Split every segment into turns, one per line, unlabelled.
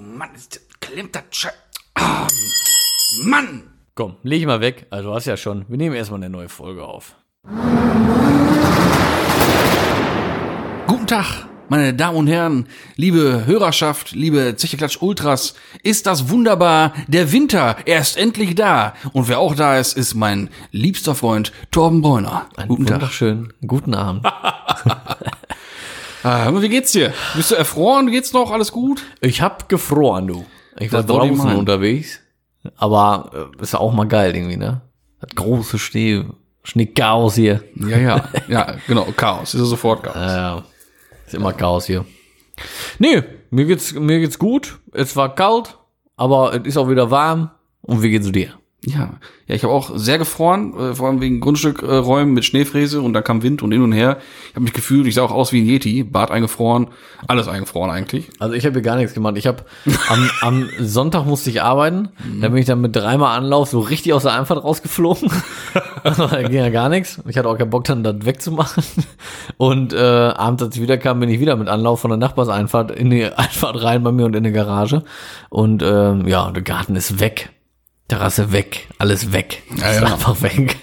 Mann, ist das- klemmt das Scheiß. Ah, Mann!
Komm, leg ich mal weg. Also du hast ja schon. Wir nehmen erstmal eine neue Folge auf.
Guten Tag, meine Damen und Herren, liebe Hörerschaft, liebe Zecheklatsch Ultras. Ist das wunderbar? Der Winter, er ist endlich da. Und wer auch da ist, ist mein liebster Freund Torben Bräuner. Guten Tag.
Wunderschön. Guten Abend.
Ah, wie geht's dir? Bist du erfroren? Geht's noch? Alles gut?
Ich hab gefroren, du. Ich war
Das wollte ich
draußen
meinen.
unterwegs. Aber äh, ist ja auch mal geil irgendwie, ne? Das große Schnee, Schneechaos hier.
Ja, ja. Ja, genau. Chaos. Ist ja sofort Chaos.
Äh, ist immer Chaos hier. Nee, mir geht's, mir geht's gut. Es war kalt, aber es ist auch wieder warm. Und wie geht's dir?
Ja, ja ich habe auch sehr gefroren, äh, vor allem wegen Grundstückräumen mit Schneefräse und dann kam Wind und hin und her. Ich habe mich gefühlt, ich sah auch aus wie ein Yeti, Bart eingefroren, alles eingefroren eigentlich.
Also ich habe hier gar nichts gemacht. Ich habe am, am Sonntag musste ich arbeiten.
Mhm.
Da bin ich dann mit dreimal Anlauf so richtig aus der Einfahrt rausgeflogen. Also, da ging ja gar nichts. Ich hatte auch keinen Bock, dann das wegzumachen. Und äh, abends, als ich wiederkam, bin ich wieder mit Anlauf von der Nachbarseinfahrt in die Einfahrt rein bei mir und in die Garage. Und ähm, ja, der Garten ist weg. Terrasse weg. Alles weg.
Ja,
Ist
ja.
einfach weg.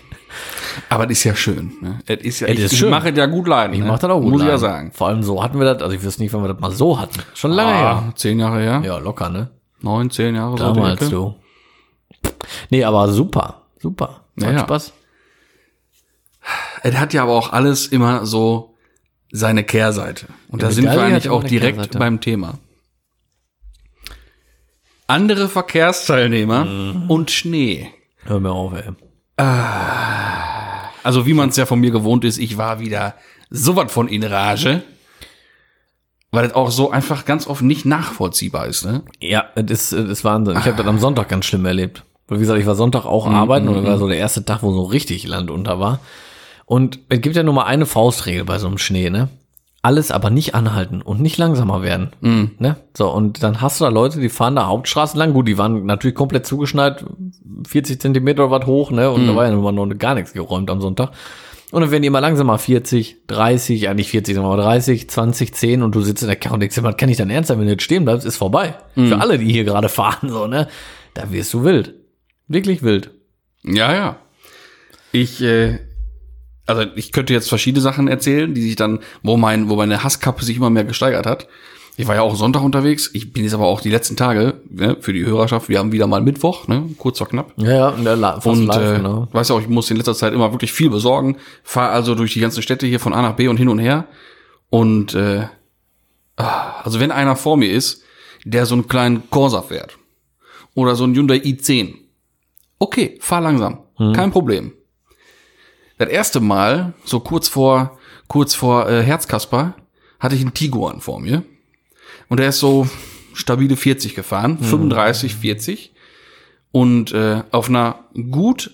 Aber das ist ja schön. Ne? Das ist ja, ich,
ist
ich
schön.
mache ja gut leiden.
Ich
ne?
mach das auch gut.
Muss ich ja
Laden.
sagen.
Vor allem so hatten wir das. Also ich wüsste nicht, wann wir das mal so hatten. Schon lange her.
Ah, zehn Jahre her.
Ja, locker, ne?
Neun, zehn Jahre. so die
Damals
Ecke.
du. Nee, aber super, super. Hat
Ja, ja.
Spaß.
Es hat ja aber auch alles immer so seine Kehrseite. Und da
Die
sind wir
Medaille hat
eigentlich
immer
auch
eine
direkt
Kehrseite.
beim Thema. Andere Verkehrsteilnehmer und Schnee.
Hör mir auf, ey.
Also wie man es ja von mir gewohnt ist, ich war wieder so was von in Rage. Weil das auch so einfach ganz oft nicht nachvollziehbar ist, ne?
Ja, das ist, das ist Wahnsinn. Ich habe das am Sonntag ganz schlimm erlebt. Weil, wie gesagt, ich war Sonntag auch
Mhm,
arbeiten und das war so der erste Tag, wo so richtig Land unter war. Und es gibt ja nur mal eine Faustregel bei so einem Schnee, ne? Alles aber nicht anhalten und nicht langsamer werden. Ne? So, und dann hast du da Leute, die fahren da Hauptstraßen lang. Gut, die waren natürlich komplett zugeschneit, 40 Zentimeter oder was hoch, ne? Und da war ja nun mal noch gar nichts geräumt am Sonntag. Und dann werden die immer langsamer, 40, 30, ja nicht 40, sondern 30, 20, 10 und du sitzt in der Karre und denkst, dir, was kann ich dann ernst sein, wenn du jetzt stehen bleibst, ist vorbei. Für alle, die hier gerade fahren, so, ne? Da wirst du wild. Wirklich wild.
Ja, ja. Ich, äh, also ich könnte jetzt verschiedene Sachen erzählen, die sich dann, wo mein, wo meine Hasskappe sich immer mehr gesteigert hat. Ich war ja auch Sonntag unterwegs, ich bin jetzt aber auch die letzten Tage, ne, für die Hörerschaft, wir haben wieder mal Mittwoch, ne, kurz vor knapp.
Ja, ja, und der La fast
Und
live,
äh,
ne?
weißt du auch, ich muss in letzter Zeit immer wirklich viel besorgen, fahre also durch die ganzen Städte hier von A nach B und hin und her. Und äh, ah, also wenn einer vor mir ist, der so einen kleinen Corsa fährt oder so einen Hyundai i10, okay, fahr langsam,
Hm.
kein Problem. Das erste Mal, so kurz vor kurz vor äh, Herzkasper, hatte ich einen Tiguan vor mir und der ist so stabile 40 gefahren,
Hm.
35, 40 und äh, auf einer gut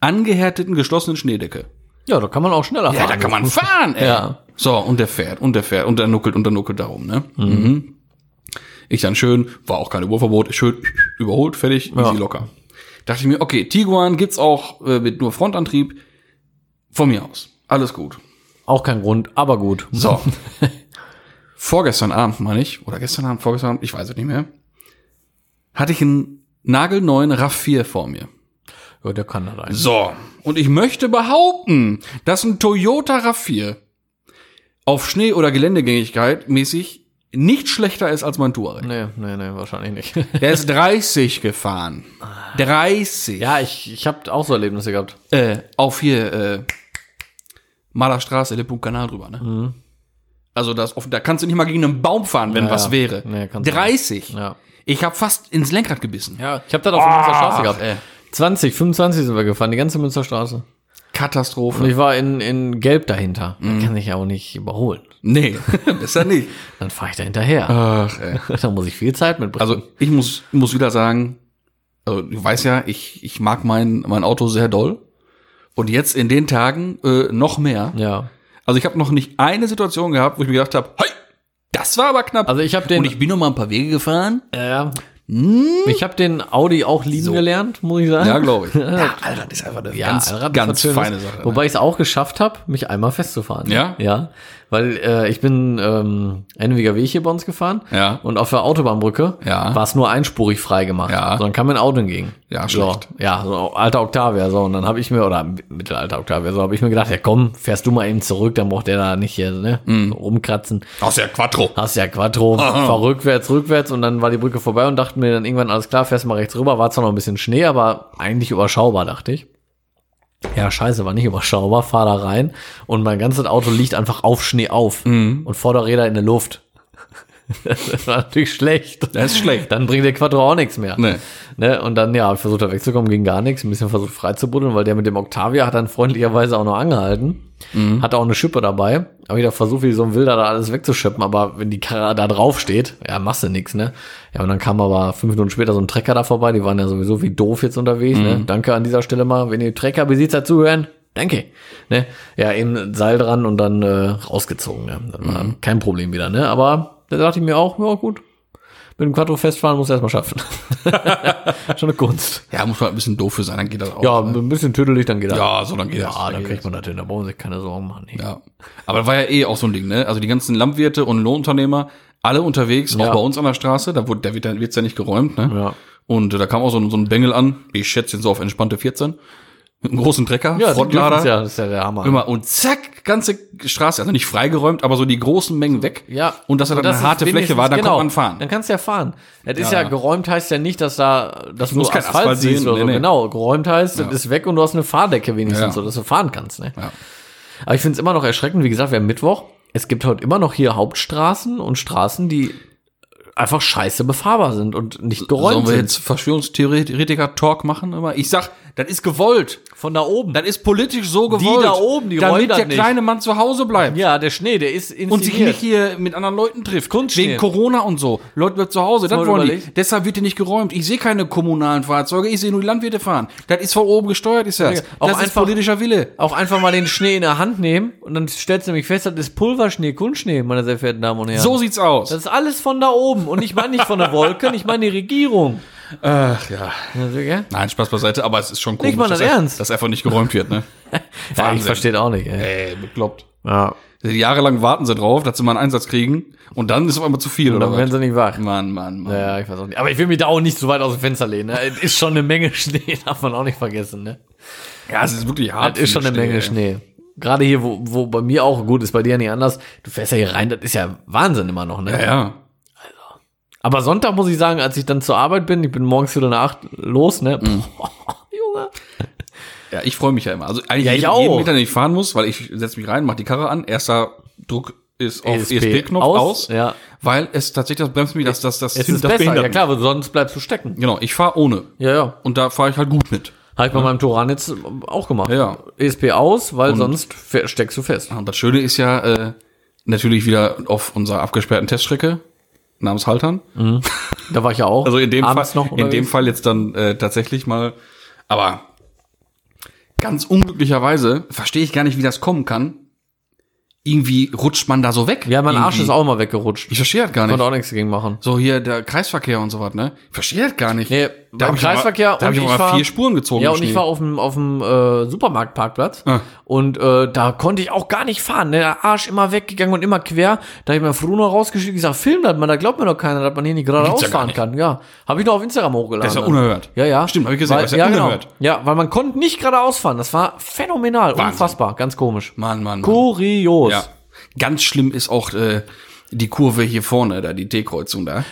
angehärteten, geschlossenen Schneedecke.
Ja, da kann man auch schneller fahren.
fahren, ey.
Ja.
So, und der fährt, und der fährt, und der nuckelt, und der nuckelt darum, ne? Mhm. Ich dann schön, war auch kein Überverbot, schön überholt, fertig, easy locker. Dachte ich mir, okay, Tiguan gibt's auch äh, mit nur Frontantrieb. Von mir aus. Alles gut.
Auch kein Grund, aber gut.
So. Vorgestern Abend, meine ich, oder gestern Abend, vorgestern Abend, ich weiß es nicht mehr, hatte ich einen nagelneuen RAV4 vor mir.
Ja, der kann das eigentlich.
So, und ich möchte behaupten, dass ein Toyota RAV4 auf Schnee- oder Geländegängigkeit mäßig nicht schlechter ist als mein Touareg.
Nee, nee, nee, wahrscheinlich nicht.
Der ist 30 gefahren. 30.
ja, ich, ich habe auch so Erlebnisse gehabt.
Äh, auf hier äh, Malerstraße, Lippe und Kanal drüber, ne? Also das, auf- da kannst du nicht mal gegen einen Baum fahren, wenn
Mhm. Ja,
was
ja.
wäre.
Nee, kannst du
30.
Ja.
Ich habe fast ins Lenkrad gebissen.
Ja, ich habe das auf der Münsterstraße gehabt.
ey.
20, 25 sind wir gefahren, die ganze Münsterstraße. Und
Katastrophe.
ich war in, in Gelb dahinter. Da kann ich ja auch nicht überholen.
Nee, besser nicht.
Dann fahre ich da hinterher.
Ach, ey.
Da muss ich viel Zeit mitbringen.
Also ich muss, muss wieder sagen, also du weißt ja, ich, ich mag mein, mein Auto sehr doll. Und jetzt in den Tagen äh, noch mehr.
ja.
Also ich habe noch nicht eine Situation gehabt, wo ich mir gedacht habe, hey, das war aber knapp.
Also ich habe den.
und ich bin noch mal ein paar Wege gefahren. Hm?
ja, ja. Ich habe den Audi auch lieben gelernt, muss ich sagen.
Ja, glaube ich. Ja, Alter, das ist einfach eine ganz,
Allrad ist was
ganz
Schönes.
feine Sache. ne?
Wobei ich es auch geschafft habe, mich einmal festzufahren.
Ja?
Ja. Weil äh, ich bin ähm, Enwiger Weg hier bei uns gefahren.
Ja.
Und auf der Autobahnbrücke
Ja.
war es nur einspurig frei gemacht.
Ja.
So, dann kam mir ein Auto entgegen.
Ja,
so,
schlecht.
Ja, so alter Octavia. So, und dann habe ich mir, oder mittelalter Octavia, so habe ich mir gedacht, ja komm, fährst du mal eben zurück, dann braucht der da nicht hier ne,
Mhm.
so rumkratzen.
Aus der Quattro.
Hast ja Quattro, fahr rückwärts, rückwärts und dann war die Brücke vorbei und dachten mir dann irgendwann, alles klar, fährst mal rechts rüber, war zwar noch ein bisschen Schnee, aber eigentlich überschaubar, dachte ich. Ja, scheiße, war nicht überschaubar, fahr da rein und mein ganzes Auto liegt einfach auf Schnee auf
Mhm.
und Vorderräder in der Luft. das war natürlich schlecht.
Das ist schlecht.
Dann bringt der Quattro auch nichts mehr.
Nee.
Ne? Und dann, ja, versucht er wegzukommen, ging gar nichts. Ein bisschen versucht freizubuddeln, weil der mit dem Octavia hat dann freundlicherweise auch noch angehalten. Hatte auch eine Schippe dabei. Hab wieder versucht, wie so ein Wilder da alles wegzuschöpfen. Aber wenn die Karre da drauf steht, ja, machst du nichts, ne? Ja, und dann kam aber fünf Minuten später so ein Trecker da vorbei. Die waren ja sowieso wie doof jetzt unterwegs, ne? Danke an dieser Stelle mal. Wenn ihr Treckerbesitzer zuhören, danke. Ne? Ja, eben ein Seil dran und dann äh, rausgezogen, ne? Dann war kein Problem wieder, ne? Aber da dachte ich mir auch, ja, gut. Mit dem Quattro festfahren muss erstmal schaffen. Schon eine Kunst.
Ja, muss man ein bisschen doof für sein, dann geht das auch.
Ja, ein bisschen tüdelig, dann geht das.
Ja, so dann geht das.
ja dann kriegt man das hin. Da brauchen Sie sich keine Sorgen machen. Nee.
Ja. Aber das war ja eh auch so ein Ding, ne? Also die ganzen Landwirte und Lohnunternehmer, alle unterwegs,
Ja.
auch bei uns an der Straße, da wurde, da wird, da wird's ja nicht geräumt, ne?
Ja.
Und äh, da kam auch so ein, so ein Bengel an, ich schätze ihn so auf entspannte 14, mit einem großen Trecker,
Ja, die dürfen's
Frontlader,
ja, das ist ja der Hammer.
immer, und zack, ganze Straße, also nicht freigeräumt, aber so die großen Mengen weg.
Ja.
Und dass er dann
das
eine
ist
harte Fläche
wenigstens-
war, dann
genau,
kann man fahren.
Dann kannst du ja fahren. Das ist
Ja.
ja geräumt heißt ja nicht, dass da das
muss kein Asphalt
siehst
sehen,
oder
nee,
so.
nee.
Genau, geräumt heißt, das ist weg und du hast eine Fahrdecke wenigstens,
Ja.
so dass du fahren kannst. Ne?
Ja.
Aber ich finde es immer noch erschreckend. Wie gesagt, wir haben Mittwoch. Es gibt heute immer noch hier Hauptstraßen und Straßen, die einfach scheiße befahrbar sind und nicht geräumt
Sollen wir
sind.
jetzt Verschwörungstheoretiker-Talk machen immer? Ich sag, das ist gewollt.
Von da oben.
Das ist politisch so gewollt.
da oben, die räumen
Damit
das
der
nicht.
kleine Mann zu Hause bleibt.
Ja, der Schnee, der ist
und sich
inszeniert.
nicht hier mit anderen Leuten trifft.
Kunstschnee.
Wegen Corona und so. Leute bleibt zu Hause, das
mal
wollen die.
überlegt.
Deshalb wird hier nicht geräumt. Ich sehe keine kommunalen Fahrzeuge, ich sehe nur die Landwirte fahren. Das ist von oben gesteuert, ist das.
Ja, auch
das ist
einfach-
politischer Wille.
auch einfach mal den Schnee in der Hand nehmen und dann stellst du nämlich fest, das ist Pulverschnee, Kunstschnee, meine sehr verehrten Damen und Herren.
So sieht's aus.
Das ist alles von da oben und ich meine nicht von der Wolke, ich meine die Regierung.
Ach ja.
Also, gell?
Nein, Spaß beiseite, aber es ist schon komisch,
Nicht mal das
dass, er-
ernst.
dass einfach nicht geräumt wird, ne?
Ja, ich verstehe auch nicht. Ey.
Ey, bekloppt.
Ja.
Jahrelang warten sie drauf, dass sie mal einen Einsatz kriegen und dann ist auf einmal zu viel, oder
Dann werden
was?
sie nicht wach.
Mann, Mann, Mann.
Ja, ich weiß auch nicht. Aber ich will mich da auch nicht so weit aus dem Fenster lehnen. Ne? Es ist schon eine Menge Schnee, darf man auch nicht vergessen. Ne?
Ja, es ist wirklich hart.
Das ist schon eine Menge
Schnee.
Schnee. Gerade hier, wo, wo bei mir auch gut ist, bei dir ja nicht anders. Du fährst ja hier rein, das ist ja Wahnsinn immer noch. Ne?
Ja, ja.
Aber Sonntag muss ich sagen, als ich dann zur Arbeit bin, ich bin morgens viertel nach acht los, ne? Boah, Junge.
Oh, Ja, ich freue mich ja immer. Also eigentlich
Ja, ich
jeden,
auch.
jeden Meter, den ich fahren muss, weil ich setze mich rein, mache die Karre an, erster Druck ist auf
ESP.
ESP-Knopf
E Aus,
aus,
ja.
weil es tatsächlich das bremst mich, dass das das,
Es
das
ist besser,
behindert
ja klar, weil sonst bleibst du stecken.
mich. Genau, ich fahre ohne
Ja, ja.
und da fahre ich halt gut mit.
Habe ich bei meinem Turan jetzt auch gemacht.
Ja.
ESP aus, weil sonst fe- steckst du fest.
Und das Schöne ist ja äh, natürlich wieder auf unserer abgesperrten Teststrecke namens Haltern.
Da war ich ja auch.
Also in dem Fall
abends noch
in dem
unterwegs.
Fall jetzt dann äh, tatsächlich mal, aber ganz unglücklicherweise verstehe ich gar nicht, wie das kommen kann. Irgendwie rutscht man da so weg.
Ja, mein Arsch
Irgendwie.
ist auch mal weggerutscht.
Ich verstehe das gar nicht.
Konnte auch nichts dagegen machen.
So hier der Kreisverkehr und so was, ne? Ich verstehe das gar nicht.
Nee,
da
beim
habe ich Kreisverkehr
Kreisverkehr
aber, da hab
und
ich
ich
aber
fahr-
vier Spuren gezogen.
Ja,
im
und ich
Schnee.
war auf dem, auf dem äh, Supermarktparkplatz
Ah.
und äh, da konnte ich auch gar nicht fahren. ne? Der Arsch immer weggegangen und immer quer. Da habe ich mir Fruno rausgeschickt und gesagt, film das mal, da glaubt mir doch keiner, dass man hier nicht geradeaus
Gibt's ja gar
fahren
nicht.
kann. Ja, habe ich noch auf Instagram hochgeladen.
Das ist ja
dann.
unerhört.
Ja, ja.
Stimmt, hab ich gesehen,
Weil,
das ist ja
ja, genau.
unerhört.
Ja, weil man konnte nicht geradeaus fahren. Das war phänomenal, unfassbar, ganz komisch.
Mann, Mann, Mann.
Kurios.
Ja. Ganz schlimm ist auch äh, die Kurve hier vorne, da die T-Kreuzung da.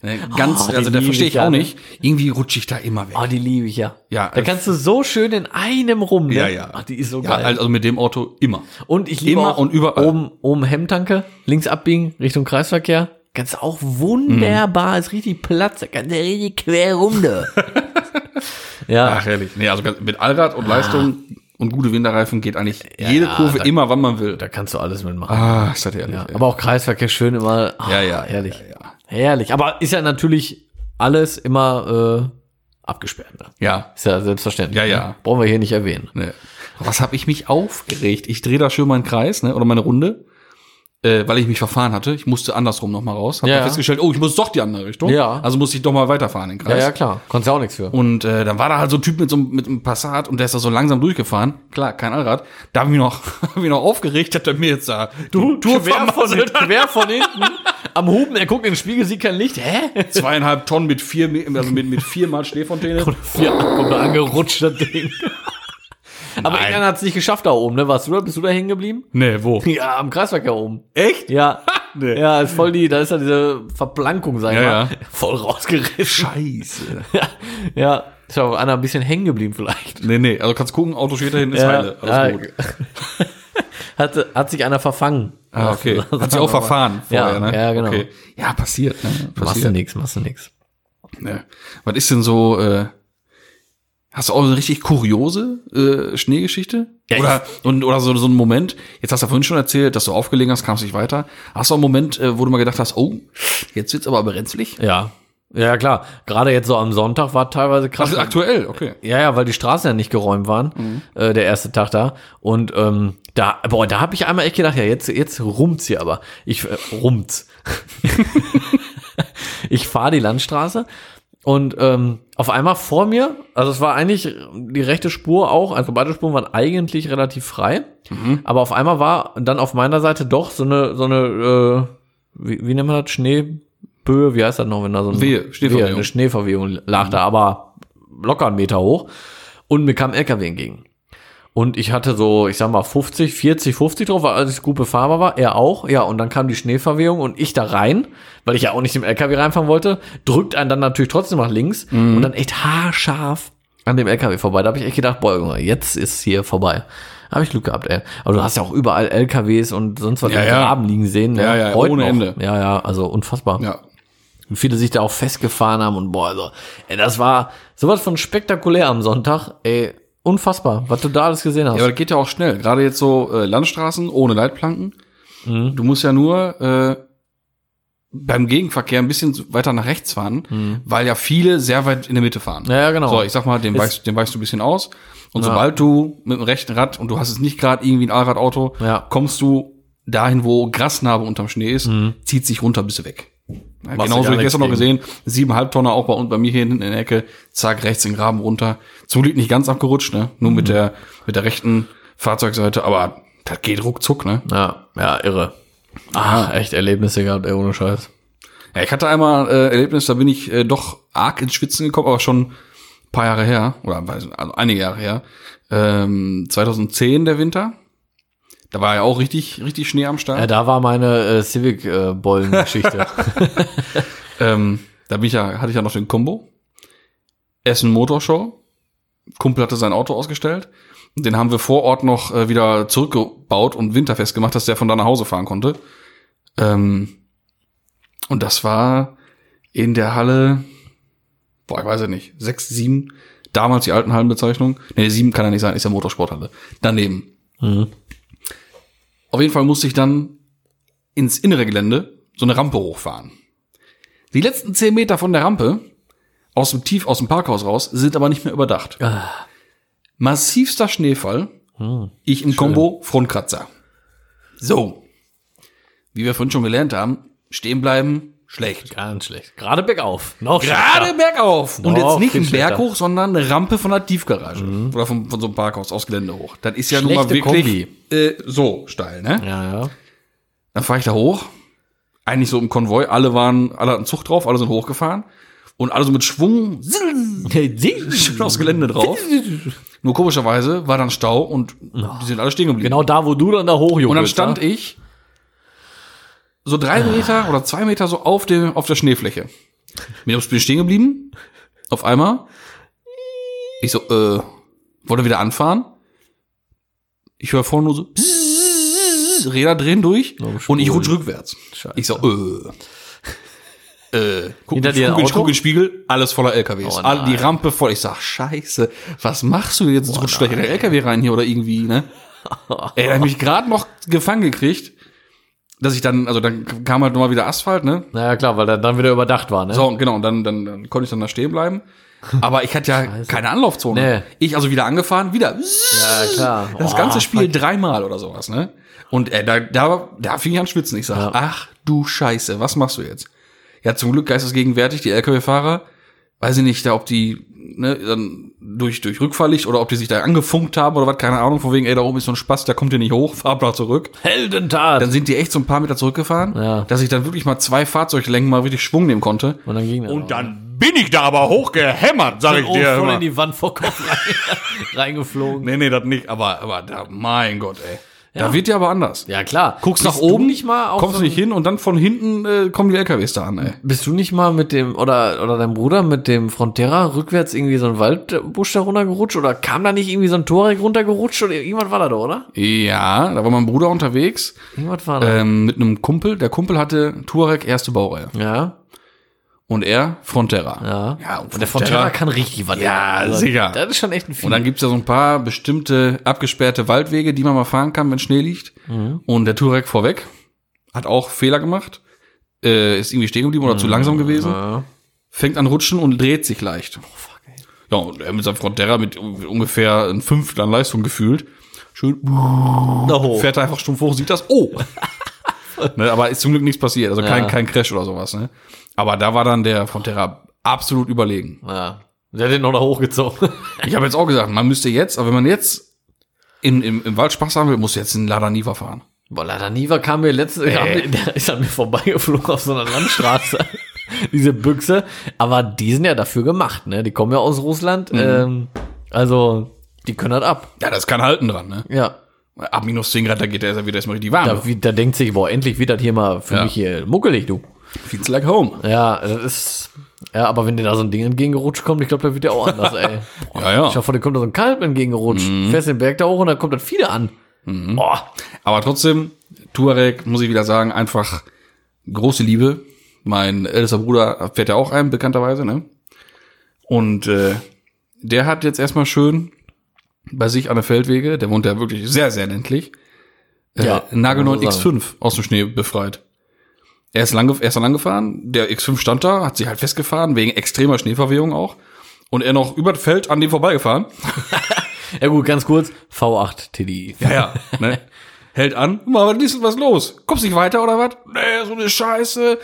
Ne, Ganz,
die
also da
liebe
verstehe
ich
ich auch
ja, ne?
nicht. Irgendwie rutsche ich da immer weg.
Oh, die liebe ich ja.
Ja,
Da
äh,
kannst du so schön in einem rum. Ne? Ach,
Ach,
die ist so
ja,
geil.
also mit dem Auto immer.
Und ich liebe
Immer
auch
und überall.
oben, oben Hemmtanke, links abbiegen, Richtung Kreisverkehr. Kannst du auch wunderbar, ist richtig Platz, da kannst du richtig quer runde. ja,
Ach, herrlich. Nee, also ganz- mit Allrad und Leistung und gute Winterreifen geht eigentlich jede
ja,
Kurve
da-
immer, wann man will.
da kannst du alles mitmachen.
Ah, ist das herrlich.
ja.
ey.
Aber auch Kreisverkehr schön immer. Ah,
Ja, ja,
Herrlich.
ja, ja.
Herrlich. Aber ist ja natürlich alles immer äh, abgesperrt. Ne?
ja.
Ist ja selbstverständlich.
Ja, ja.
Ne? Brauchen wir hier nicht erwähnen.
Nee. Was habe ich mich aufgeregt? Ich drehe da schön meinen Kreis ne, oder meine Runde äh, weil ich mich verfahren hatte. Ich musste andersrum nochmal raus. Hab
Ja,
dann
ja.
festgestellt, oh, ich muss doch die andere Richtung.
Ja.
Also musste ich doch mal weiterfahren in den Kreis.
klar. Konntest ja auch nichts für.
Und äh, dann war da halt so ein Typ mit so einem, mit einem Passat und der ist da so langsam durchgefahren. Klar, kein Allrad. Da habe ich mich noch, hab ich mich noch aufgeregt, hat er mir jetzt da du
Quer von, quer von hinten. Am Huben, er guckt in den Spiegel, sieht kein Licht. Hä?
zweieinhalb Tonnen mit vier, Me- also mit, mit viermal Schneefontäne.
Vier kommt da angerutscht, das Ding. Aber
Nein.
einer hat es nicht geschafft da oben, ne? Warst du da? Bist du da hängen geblieben?
Nee, wo?
Ja, am Kreisverkehr oben.
Echt?
Ja.
Nee.
Ja, ist voll die, da ist ja diese Verplankung, sag ich
Ja,
mal.
ja.
Voll rausgerissen.
Scheiße.
Ja. ja. Ist auch einer ein bisschen hängen geblieben vielleicht.
Nee, nee, also kannst gucken, Auto steht da hinten, ist
Ja,
heile.
ja.
Alles gut.
Hat, hat sich einer verfangen.
Ah, okay.
Sagen
Hat sich
wir
auch
mal.
verfahren vorher,
ja,
ne?
Ja, genau.
Okay. Ja, passiert, ne?
Machst du
Passiert.
nix, machst du nix.
Ne. Was ist denn so, äh, hast du auch so eine richtig kuriose äh, Schneegeschichte?
Ja,
oder und, oder so, so einen Moment, jetzt hast du ja vorhin schon erzählt, dass du aufgelegen hast, kamst nicht weiter. Hast du auch einen Moment, äh, wo du mal gedacht hast, oh, jetzt wird's aber brenzlig?
Ja. Ja, klar. Gerade jetzt so am Sonntag war teilweise krass.
Das ist aktuell, okay.
Ja, ja, weil die Straßen ja nicht geräumt waren, äh, der erste Tag da. Und ähm, da, boah, da habe ich einmal echt gedacht, ja, jetzt, jetzt rumt's hier aber. Ich äh, rumt's. ich fahre die Landstraße und ähm, auf einmal vor mir, also es war eigentlich die rechte Spur auch, also beide Spuren waren eigentlich relativ frei,
Mhm.
aber auf einmal war dann auf meiner Seite doch so eine, so eine, äh, wie, wie nennt man das, Schneeböe, wie heißt das noch, wenn da so ein
Wehe, Schneeverwehung.
Wehe, eine Schneeverwehung lag da, aber locker einen Meter hoch und mir kam ein LKW entgegen. Und ich hatte so, ich sag mal, 50, 40, 50 drauf, weil als ich gut befahrbar war, er auch, ja, und dann kam die Schneeverwehung und ich da rein, weil ich ja auch nicht im LKW reinfahren wollte, drückt einen dann natürlich trotzdem nach links
Mhm.
und dann echt haarscharf an dem LKW vorbei. Da habe ich echt gedacht, boah, Junge, jetzt ist hier vorbei. Habe ich Glück gehabt, ey. Aber du hast ja auch überall LKWs und sonst was
Ja,
im
ja.
Graben liegen sehen. ne?
Ja, ja,
Heute
ohne
noch.
Ende.
Ja, ja, also unfassbar.
Ja.
Und viele sich da auch festgefahren haben und boah, also, ey, das war sowas von spektakulär am Sonntag, ey, unfassbar, was du da alles gesehen hast.
Ja, aber das geht ja auch schnell. Gerade jetzt so äh, Landstraßen ohne Leitplanken. Du musst ja nur äh, beim Gegenverkehr ein bisschen weiter nach rechts fahren, weil ja viele sehr weit in der Mitte fahren.
Ja, ja, genau.
So, ich sag mal, dem
Ist-
weichst, dem weichst du ein bisschen aus. Und sobald du mit dem rechten Rad und du hast jetzt nicht gerade irgendwie ein Allradauto,
Ja.
kommst du dahin, wo Grasnarbe unterm Schnee ist,
Mhm.
zieht sich runter, bist du weg. Ja,
Machst
genau
du
so
gar
ich gestern noch
nichts
gesehen. Siebenhalb Tonner auch bei uns, bei mir hier hinten in der Ecke. Zack, rechts in den Graben runter. Zum Glück nicht ganz abgerutscht, ne? Nur
Mhm.
mit der, mit der rechten Fahrzeugseite. Aber das geht ruckzuck, ne?
Ja, ja, irre. Ah, echt Erlebnisse gehabt, ey, ohne Scheiß.
Ja, ich hatte einmal äh, Erlebnis, da bin ich äh, doch arg ins Schwitzen gekommen, aber schon ein paar Jahre her, oder weiß nicht, also einige Jahre her. Ähm, 2010 der Winter. Da war ja auch richtig, richtig Schnee am Start.
Ja, da war meine äh, Civic-Bollen-Geschichte.
Ähm, da bin ich ja, hatte ich ja noch den Combo. Essen Motorshow. Kumpel hatte sein Auto ausgestellt. Und Den haben wir vor Ort noch äh, wieder zurückgebaut und winterfest gemacht, dass der von da nach Hause fahren konnte. Ähm, und das war in der Halle, boah, ich weiß ja nicht, sechs, sieben, damals die alten Hallenbezeichnung. Nee, sieben kann ja nicht sein, ist ja Motorsporthalle. Daneben. Auf jeden Fall musste ich dann ins innere Gelände so eine Rampe hochfahren. Die letzten zehn Meter von der Rampe, aus dem Tief, aus dem Parkhaus raus, sind aber nicht mehr überdacht.
Ah.
Massivster Schneefall,
Hm,
ich im Kombo Frontkratzer. So. Wie wir vorhin schon gelernt haben, stehen bleiben, schlecht.
Ganz schlecht. Gerade bergauf. Noch
Gerade bergauf. Und
Noch
jetzt nicht
Oh, viel
einen Berg
schlechter. Mhm.
hoch, sondern eine Rampe von der Tiefgarage. Oder von, von so einem Parkhaus aufs Gelände hoch. Das ist ja nun mal
Schlechte
wirklich äh, so steil, ne?
Ja, ja.
Dann fahre ich da hoch. Eigentlich so im Konvoi. Alle waren, alle hatten Zug drauf, alle sind hochgefahren. Und alle so mit Schwung schön aufs Gelände drauf. Nur komischerweise war dann Stau und die sind alle stehen geblieben.
genau da, wo du dann da hochjuckelst.
Und dann stand ich so drei Meter oder zwei Meter so auf, dem, auf der Schneefläche. Mir aufs Spiel stehen geblieben. Auf einmal. Ich so, äh, wollte wieder anfahren. Ich höre vorne nur so Psst, Räder drehen durch und ich rutsche rückwärts. Ich so, äh. Äh, guck,
Hinter
ich
dir ein
guck, ich
Auto?
guck in den Spiegel, alles voller LKWs.
Oh
All, die
nein.
Rampe voll. Ich sag, scheiße, was machst du
Oh
jetzt? Jetzt rutscht gleich der LKW rein hier oder irgendwie, ne? Ey, da hab ich mich gerade noch gefangen gekriegt, dass ich dann, also dann kam halt nochmal wieder Asphalt, ne?
Naja, klar, weil er dann wieder überdacht war, ne?
So, und genau, und dann, dann, dann konnte ich dann da stehen bleiben. Aber ich hatte ja keine Anlaufzone.
Nee.
Ich also wieder angefahren, wieder.
Ja, klar.
Das
Oh,
ganze Spiel dreimal oder sowas, ne? Und äh, da, da, da fing ich an schwitzen. Ich sag, ach du Scheiße, was machst du jetzt? Ja, zum Glück geistesgegenwärtig, die LKW-Fahrer, weiß ich nicht, da ob die ne, dann durch, durch Rückfahrlicht oder ob die sich da angefunkt haben oder was, keine Ahnung, von wegen, ey, da oben ist so ein Spaß, da kommt ihr nicht hoch, fahrt mal zurück.
Heldentat.
Dann sind die echt so ein paar Meter zurückgefahren,
Ja.
dass ich dann wirklich mal zwei Fahrzeuglängen mal richtig Schwung nehmen konnte.
und dann ging das.
Und dann bin ich da aber hochgehämmert, sag ich
oh,
dir.
voll
Immer.
in die Wand vor Kopf rein, reingeflogen.
Nee, nee, das nicht, aber, aber da, mein Gott, ey. Da wird ja aber anders.
Ja, klar.
Guckst nach
Bist du
oben,
nicht mal auf
kommst
so
nicht hin und dann von hinten äh, kommen die LKWs da an, ey.
Bist du nicht mal mit dem, oder, oder dein Bruder mit dem Frontera rückwärts irgendwie so einen Waldbusch da runtergerutscht? Oder kam da nicht irgendwie so ein Torek runtergerutscht? Oder irgendwas war da doch, oder?
Ja, da war mein Bruder unterwegs
Irgendwas war da.
ähm, mit einem Kumpel. Der Kumpel hatte Touareg erste Baureihe
ja,
und er Frontera.
ja.
ja und,
der Frontera kann richtig was.
Ja,
Also,
sicher.
Das ist schon echt ein Vieh.
Und dann gibt's ja so ein paar bestimmte abgesperrte Waldwege, die man mal fahren kann, wenn Schnee liegt.
Mhm.
Und der Touareg vorweg hat auch Fehler gemacht. Äh, ist irgendwie stehen geblieben oder zu langsam gewesen.
Mhm. ja. Oh,
Fängt an rutschen und dreht sich leicht. Ja, und er mit seinem Frontera mit ungefähr ein Fünftel an Leistung gefühlt. Schön
da hoch.
fährt er einfach stumpf hoch, sieht das, oh. ne, aber ist zum Glück nichts passiert, also kein,
Ja.
kein Crash oder sowas. Ne? Aber da war dann der Frontera absolut überlegen.
Ja. Der hat den noch da hochgezogen.
Ich habe jetzt auch gesagt, man müsste jetzt, aber wenn man jetzt in, im, im Wald Spaß haben will, muss jetzt in Lada Niva fahren.
Boah, leider Niva kam mir letztens,
Äh.
der ist an mir vorbeigeflogen auf so einer Landstraße. Diese Büchse. Aber die sind ja dafür gemacht, ne? Die kommen ja aus Russland.
Mhm.
Ähm, also, die können halt ab.
Ja, das kann halten dran, ne?
Ja.
Ab minus 10 Grad, da geht der erst wieder erstmal richtig warm.
Da, wie, da denkt sich, boah, endlich wird das hier mal für
Ja.
mich hier muckelig, du.
Feels like home.
Ja, das ist. Ja, aber wenn dir da so ein Ding entgegengerutscht kommt, ich glaube, da wird der auch anders, ey.
Ja, Mhm. ja.
Ich hoffe, dir kommt da so ein Kalb entgegengerutscht. Fährst den Berg da hoch und dann kommt das Fieder an.
Mhm.
Boah.
Aber trotzdem, Tuareg, muss ich wieder sagen, einfach große Liebe. Mein ältester Bruder fährt ja auch ein, bekannterweise, ne? Und äh, der hat jetzt erstmal schön bei sich an der Feldwege, der wohnt ja wirklich sehr, sehr ländlich, äh,
Ja,
einen nagelneuen
kann man so
X5 aus dem Schnee befreit. Er ist, lang, er ist dann angefahren, der X5 stand da, hat sich halt festgefahren, wegen extremer Schneeverwehung auch. Und er noch über das Feld an dem vorbeigefahren.
Ja, gut, ganz kurz. V8 TDI.
Ja, ja. Ne? Hält an. Mal, was ist denn was los? Kommst nicht weiter oder was? Nee, so eine Scheiße.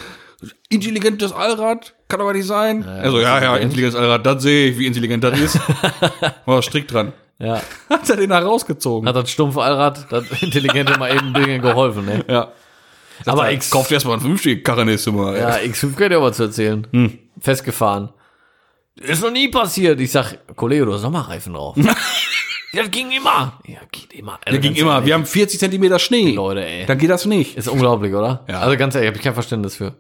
Intelligentes Allrad. Kann aber nicht sein. also, ja, ja, intelligentes Allrad. Das sehe ich, wie intelligent das ist. War strikt dran.
Ja.
Hat er den da rausgezogen.
Hat das stumpfe Allrad, das intelligente mal eben Dinge geholfen, ne?
ja.
Aber
Sagt,
X,
Kauft erstmal ein fünfstück Karre nächste Mal.
ja, X5 gehört ja was zu erzählen.
Hm.
Festgefahren. Ist noch nie passiert. Ich sag, Kollege, du hast Sommerreifen drauf. das ging immer. Ja, geht immer. Also
Der ging
ganz
immer.
ehrlich,
Wir haben 40 Zentimeter Schnee.
Leute, ey.
Dann geht das nicht.
Ist unglaublich, oder?
Ja.
Also ganz ehrlich, habe ich kein Verständnis für.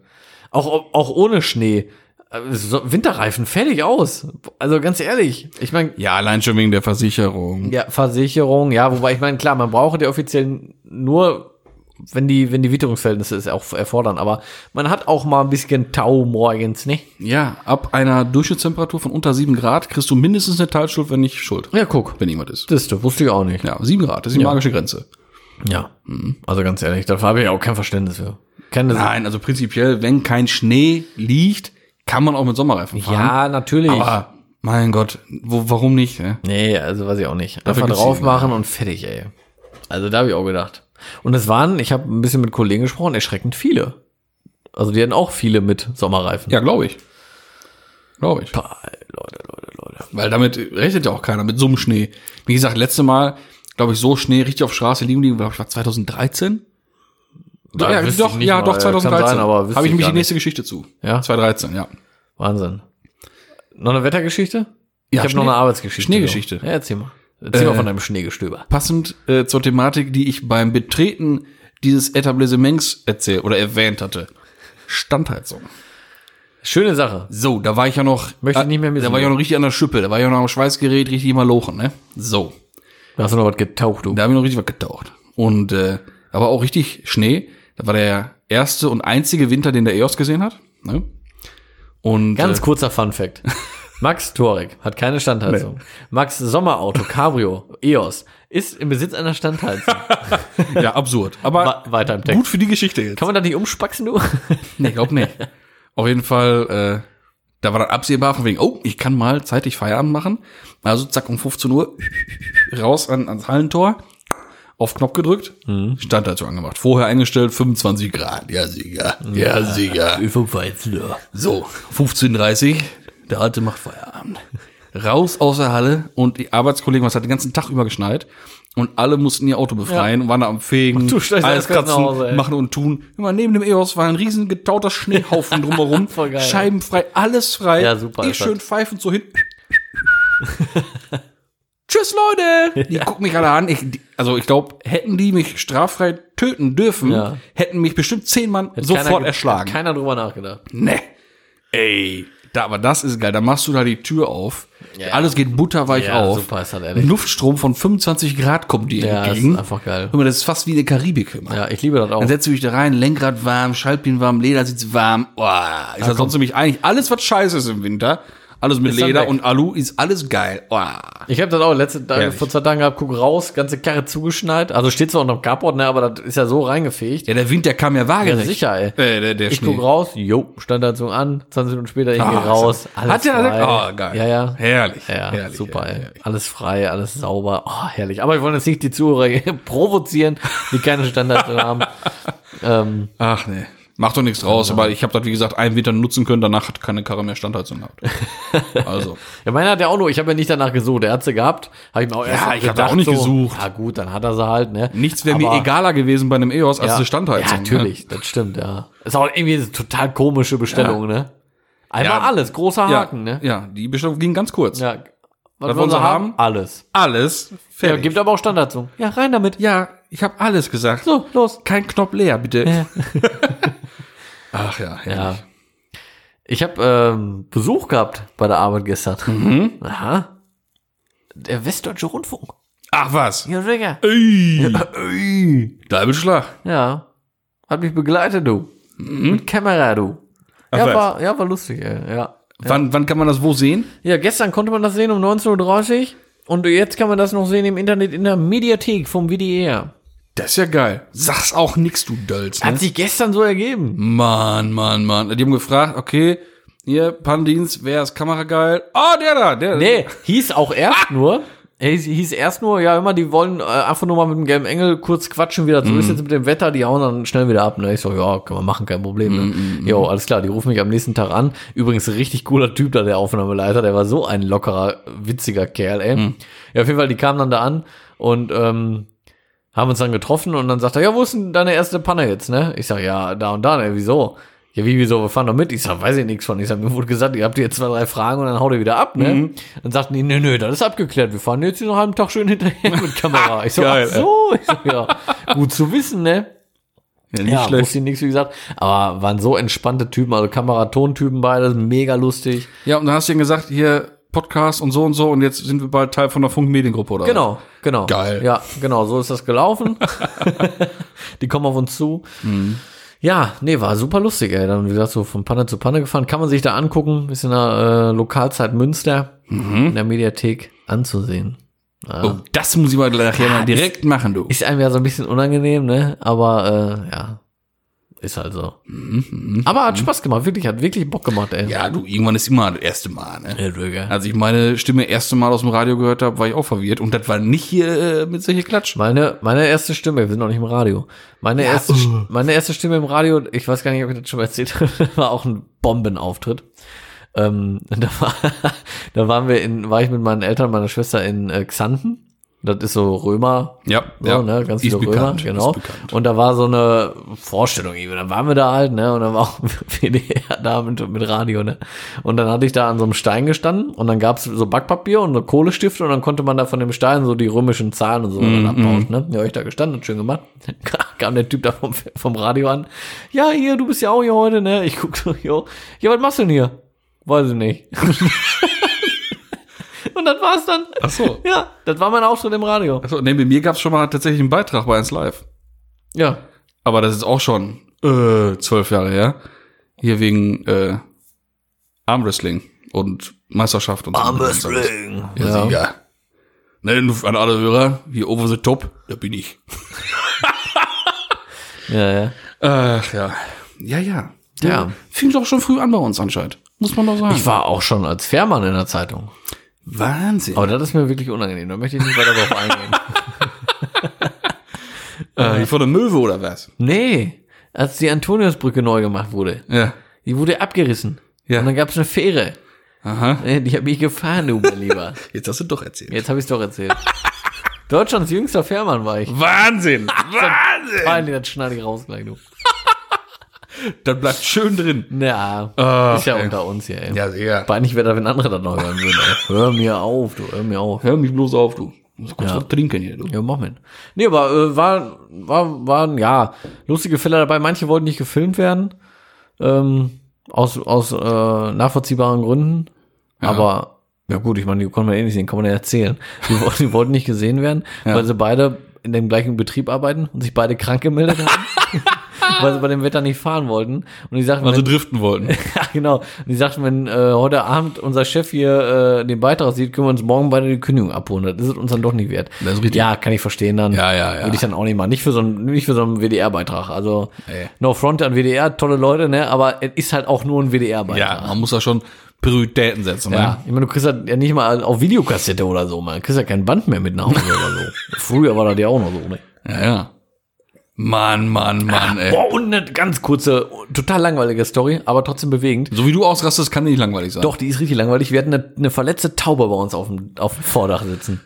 Auch, auch ohne Schnee. Äh, So, Winterreifen, fertig aus. Also ganz ehrlich. Ich meine,
Ja, allein schon wegen der Versicherung.
Ja, Versicherung, ja, wobei ich meine, klar, man braucht die offiziell nur, wenn die, wenn die Witterungsverhältnisse es auch erfordern, aber man hat auch mal ein bisschen Tau morgens, ne?
Ja, ab einer Durchschnittstemperatur von unter 7 Grad kriegst du mindestens eine Teilschuld, wenn nicht Schuld.
Ja, guck.
Wenn jemand ist.
Das ist- das wusste ich auch nicht.
Ja, 7 Grad, das ist die magische Grenze.
Ja. Also ganz ehrlich, dafür habe ich auch kein Verständnis für. Keine
Nein, also prinzipiell, wenn kein Schnee liegt, kann man auch mit Sommerreifen fahren.
Ja, natürlich.
Aber mein Gott, wo, warum nicht? Ne?
nee, also weiß ich auch nicht. Einfach
gibt's
drauf
die,
machen und fertig, ey. Also da habe ich auch gedacht. Und es waren, ich habe ein bisschen mit Kollegen gesprochen, erschreckend viele. Also die hatten auch viele mit Sommerreifen.
Ja, glaube ich. Glaube ich.
Boah, Leute, Leute, Leute.
Weil damit rechnet ja auch keiner mit so einem Schnee. Wie gesagt, letzte Mal, glaube ich, so Schnee richtig auf Straße liegen, liegen, glaube ich, war 2013.
Ja,
ja,
wüsste ich
doch,
nicht
ja,
mal.
doch,
Kann
2013.
sein, aber wüsste
Habe ich
ich
nämlich
gar
die nächste Geschichte zu.
Ja?
2013, ja.
Wahnsinn. Noch eine Wettergeschichte?
Ja,
ich habe
Schnee-
noch eine Arbeitsgeschichte.
Schneegeschichte.
Ja, erzähl mal. Erzähl mal
Äh,
von deinem Schneegestöber.
Passend äh, zur Thematik, die ich beim Betreten dieses Etablissements erzählt oder erwähnt hatte. Standheizung.
Schöne Sache.
So, da war ich ja noch.
Möchte ich nicht mehr missen.
Da war ich auch noch richtig an der Schippe. Da war ich auch noch am Schweißgerät richtig mal lochen, ne? So.
Da hast du noch was getaucht, du.
Da habe ich noch richtig was getaucht. Und, äh, aber auch richtig Schnee. Da war der erste und einzige Winter, den der EOS gesehen hat, ne? Und.
Ganz
äh,
kurzer Fun Fact. Max Torek hat keine Standheizung. Max Sommerauto, Cabrio, EOS ist im Besitz einer Standheizung.
ja, absurd. Aber
Wa- weiter im Text.
gut für die Geschichte jetzt.
Kann man das nicht umspaxen, du?
Nee, glaub nicht. Auf jeden Fall, äh, Da war dann absehbar von wegen, oh, ich kann mal zeitig Feierabend machen. Also zack, um 15 Uhr raus an, ans Hallentor, auf Knopf gedrückt, stand dazu angemacht. Vorher eingestellt, 25 Grad. Ja, Sieger. Ja, Sieger.
Übung war jetzt nur.
So, 15.30 der Alte macht Feierabend. Raus aus der Halle und die Arbeitskollegen, was hat den ganzen Tag über geschneit und alle mussten ihr Auto befreien und waren da am Fegen,
du steigst
alles
alles gerade nach Hause,
kratzen,
ey.
machen und tun. Immer neben dem EOS war ein riesen getauter Schneehaufen drumherum,
Voll geil.
scheibenfrei, alles frei.
Ja, super,
Ich
ist
schön pfeifend so hin. Tschüss, Leute! Die gucken mich alle an. Ich, die, also ich glaube, hätten die mich straffrei töten dürfen,
Ja.
hätten mich bestimmt zehn Mann sofort
Keiner ge-
erschlagen.
Keiner drüber nachgedacht.
Ne. Ey, da, aber das ist geil. Da machst du da die Tür auf. Alles geht butterweich
Ja,
auf.
super ist das, ehrlich.
Luftstrom von 25 Grad kommt dir
Ja, das
entgegen.
ist einfach geil.
Guck mal, das ist fast wie eine Karibik. Immer.
Ja, ich liebe das auch.
Dann setzt du dich da rein, Lenkrad warm, Schaltbienen warm, Ledersitz warm. Oh, ist das sonst nämlich eigentlich alles, was scheiße ist im Winter. Alles mit
Ist dann
Leder
weg.
und Alu ist alles geil. Oh.
Ich habe das auch letzte Tage,
Ehrlich.
vor zwei Tagen gehabt, guck raus, ganze Karre zugeschneit. Also steht zwar unter dem Carport, ne, aber das ist ja so reingefegt.
Ja, der Wind, der kam ja waagerecht.
Ja, sicher, ey.
Äh, der, der
ich
Schnee.
guck raus, jo, Standheizung an, 20 Minuten später, ich gehe
Ah,
raus.
so. Hat der
frei.
oh, geil.
Ja, ja.
Herrlich.
Ja,
herrlich,
super,
herrlich,
ey.
herrlich.
Alles frei, alles sauber. Oh, herrlich. Aber wir wollen jetzt nicht die Zuhörer provozieren, die keine Standards haben. Ähm,
Ach nee. Macht doch nichts draus, aber ich habe das, wie gesagt, einen Winter nutzen können, danach hat keine Karre mehr Standheizung gehabt. Also.
ja, meiner hat ja auch nur, ich habe ja nicht danach gesucht, der hat sie gehabt. Hab ich mir auch erst
ich hab da auch nicht gesucht.
Ja gut, dann hat er sie halt, ne?
Nichts wäre mir
Aber-
egaler gewesen bei einem EOS als eine Standheizung. ne?
Ja, natürlich, das stimmt, ja. Ist auch irgendwie eine total komische Bestellung, ne? Einmal
Ja.
alles, großer
Ne? Ja,
Haken, ne?
ja, die Bestellung ging ganz kurz.
Ja. Was,
wollen sie haben?
Alles.
Alles
Ja,
fertig.
gibt aber auch Standheizung. Ja, rein damit.
Ja, ich habe alles gesagt.
So, los.
Kein Knopf leer, bitte.
Ja.
Ach ja,
Ja.
herrlich.
Ich habe ähm, Besuch gehabt bei der Arbeit gestern.
Mhm.
Aha. Der Westdeutsche Rundfunk.
Ach was.
Ja, Digga.
Ey. Ey. Schlag.
Ja. Hat mich begleitet, du. Mit Kamera, du.
Ach,
Ja
was?
war, ja, war lustig, ey. Ja.
Wann, wann kann man das wo sehen?
Ja, gestern konnte man das sehen um 19.30 Uhr. Und jetzt kann man das noch sehen im Internet in der Mediathek vom E WDR.
Das ist ja geil. Sag's auch nix, du Dölz. Ne?
Hat sich gestern so ergeben.
Mann, Mann, Mann. Die haben gefragt, okay, hier, Pandienst, wer ist kamerageil? Ah, der da, der.
Nee, hieß auch erst nur. äh, Hieß, hieß erst nur, ja, immer, die wollen äh, einfach nur mal mit dem gelben Engel kurz quatschen, wie das so ist jetzt mit dem Wetter, die hauen dann schnell wieder ab. Ne? Ich so, ja, kann man machen, kein Problem. Ne? Jo, alles klar, die rufen mich am nächsten Tag an. Übrigens, richtig cooler Typ da, der Aufnahmeleiter, der war so ein lockerer, witziger Kerl, ey. Ja, auf jeden Fall, die kamen dann da an und ähm, haben uns dann getroffen und dann sagt er, ja, wo ist denn deine erste Panne jetzt, ne? Ich sag, ja, da und da, ne, wieso? Ja, wie, wieso, wir fahren doch mit? Ich sag, weiß ich nichts von. Ich sag, mir wurde gesagt, ihr habt jetzt zwei, drei Fragen und dann haut ihr wieder ab, ne?
Mhm.
Dann sagten die, nö, nö, das ist abgeklärt, wir fahren jetzt hier noch einen halben Tag schön hinterher mit Kamera. Ich so,
Geil,
ach so, ich sag, ja, gut zu wissen, ne?
Ja, nicht
ja,
schlecht.
wusste ich nichts, wie gesagt. Aber waren so entspannte Typen, also Kameratontypen beides, mega lustig.
Ja, und dann hast du ihnen gesagt, hier Podcast und so und so und jetzt sind wir bald Teil von der Funk Mediengruppe oder?
Genau, genau.
Geil.
Ja, genau, so ist das gelaufen. die kommen auf uns zu.
Mhm.
Ja, nee, war super lustig, ey. Dann, wie gesagt, so von Panne zu Panne gefahren. Kann man sich da angucken. Ist in der äh, Lokalzeit Münster
Mhm.
in der Mediathek anzusehen.
was? Oh, das muss ich mal gleich nachher mal direkt machen, du.
Ah, Ist einem ja so ein bisschen unangenehm, ne? Aber äh, ja, ist halt so. Aber hat Spaß gemacht, wirklich, hat wirklich Bock gemacht, ey.
Mhm. Ja, du, irgendwann ist immer das erste Mal, ne?
Herr Drüger.
Als ich meine Stimme erste Mal aus dem Radio gehört habe, war ich auch verwirrt und das war nicht hier äh, mit solcher Klatsch.
Meine, meine erste Stimme, wir sind noch nicht im Radio. Meine, erste, St- meine erste Stimme im Radio, ich weiß gar nicht, ob ich das schon mal erzählt habe, war auch ein Bombenauftritt. Ähm, da, war, da waren wir in, war ich mit meinen Eltern, meiner Schwester in äh, Xanten. Das ist so Römer,
Ja,
so, ne, ganz
ist
viele
bekannt,
Römer, genau.
Ist bekannt.
Und da war so eine Vorstellung, irgendwie. dann waren wir da halt, ne, und dann war auch WDR da mit, mit Radio, ne. Und dann hatte ich da an so einem Stein gestanden und dann gab's so Backpapier und eine Kohlestifte und dann konnte man da von dem Stein so die römischen Zahlen und so
Mhm,
dann abbauen, ne. Ja, ich da gestanden und schön gemacht. Kam der Typ da vom, vom Radio an. Ja, hier, du bist ja auch hier heute, ne. Ich guck so, jo. Ja, was machst du denn hier? Weiß ich nicht. und das war's dann.
Ach so.
Ja, das war mein Auftritt im Radio.
Ach so, nee, bei mir gab's schon mal tatsächlich einen Beitrag bei 1 Live.
Ja.
Aber das ist auch schon äh, zwölf Jahre her. Hier wegen äh, Armwrestling und Meisterschaft und so. Ja,
Ja.
Sieger. Nein, an alle Hörer, hier over the top, da bin ich.
Ja, ja.
Ach ja. Ja, ja.
Ja.
Fing doch schon früh an bei uns anscheinend. muss man doch sagen.
Ich war auch schon als Fährmann in der Zeitung.
Wahnsinn.
Aber das ist mir wirklich unangenehm. Da möchte ich nicht weiter drauf eingehen.
äh, vor der Möwe oder was?
Nee, als die Antoniusbrücke neu gemacht wurde.
Ja.
Die wurde abgerissen.
Ja.
Und dann gab es eine Fähre.
Aha.
Äh, Die habe ich gefahren, du mein Lieber.
Jetzt hast du doch erzählt.
Jetzt habe ich es doch erzählt. Deutschlands jüngster Fährmann war ich.
Wahnsinn. Wahnsinn.
Nein, das schneide ich raus gleich, du.
Dann bleibt schön drin.
Ja,
Ach,
ist ja
ey.
unter uns hier, Ah, ey.
Ja, sehr.
Peinlich wäre da, wenn andere das noch hören würden. Ey. Hör mir auf, du, hör mir auf.
Hör mich bloß auf, du. Du musst kurz was trinken hier, du.
Ja, mach mit. Nee, aber äh, war, war, waren, ja, lustige Fälle dabei. Manche wollten nicht gefilmt werden. Ähm, aus aus äh, nachvollziehbaren Gründen. Aber, ja gut, ich meine, die konnte man eh nicht sehen, kann man ja erzählen. Die, wollten- die wollten nicht gesehen werden, weil sie beide in dem gleichen Betrieb arbeiten und sich beide krank gemeldet haben. weil sie bei dem Wetter nicht fahren wollten. Und die sagten,
Also
wenn-
driften wollten.
Ja, genau. Und die sagten, wenn äh, heute Abend unser Chef hier äh, den Beitrag sieht, können wir uns morgen beide die Kündigung abholen. Das ist es uns dann doch nicht wert.
Das ist richtig.
Ja, kann ich verstehen dann.
Ja, ja, ja.
Würde ich dann auch nicht machen. Nicht für so einen, nicht für so einen WDR-Beitrag. Also
Ey.
no front an WDR, tolle Leute, ne? Aber es ist halt auch nur ein WDR-Beitrag.
Ja, man muss da schon Prioritäten setzen.
Ja.
Ne?
ich meine, du kriegst halt ja nicht mal auf Videokassette oder so, man. Du kriegst ja kein Band mehr mit nach Hause oder so. Früher war das ja auch noch so, ne?
Ja, ja. Mann, Mann, Mann, ey.
Boah, und eine ganz kurze, total langweilige Story, aber trotzdem bewegend.
So wie du ausrastest, kann die nicht langweilig sein.
Doch, die ist richtig langweilig. Wir hatten eine, eine verletzte Taube bei uns auf dem, auf dem Vordach sitzen.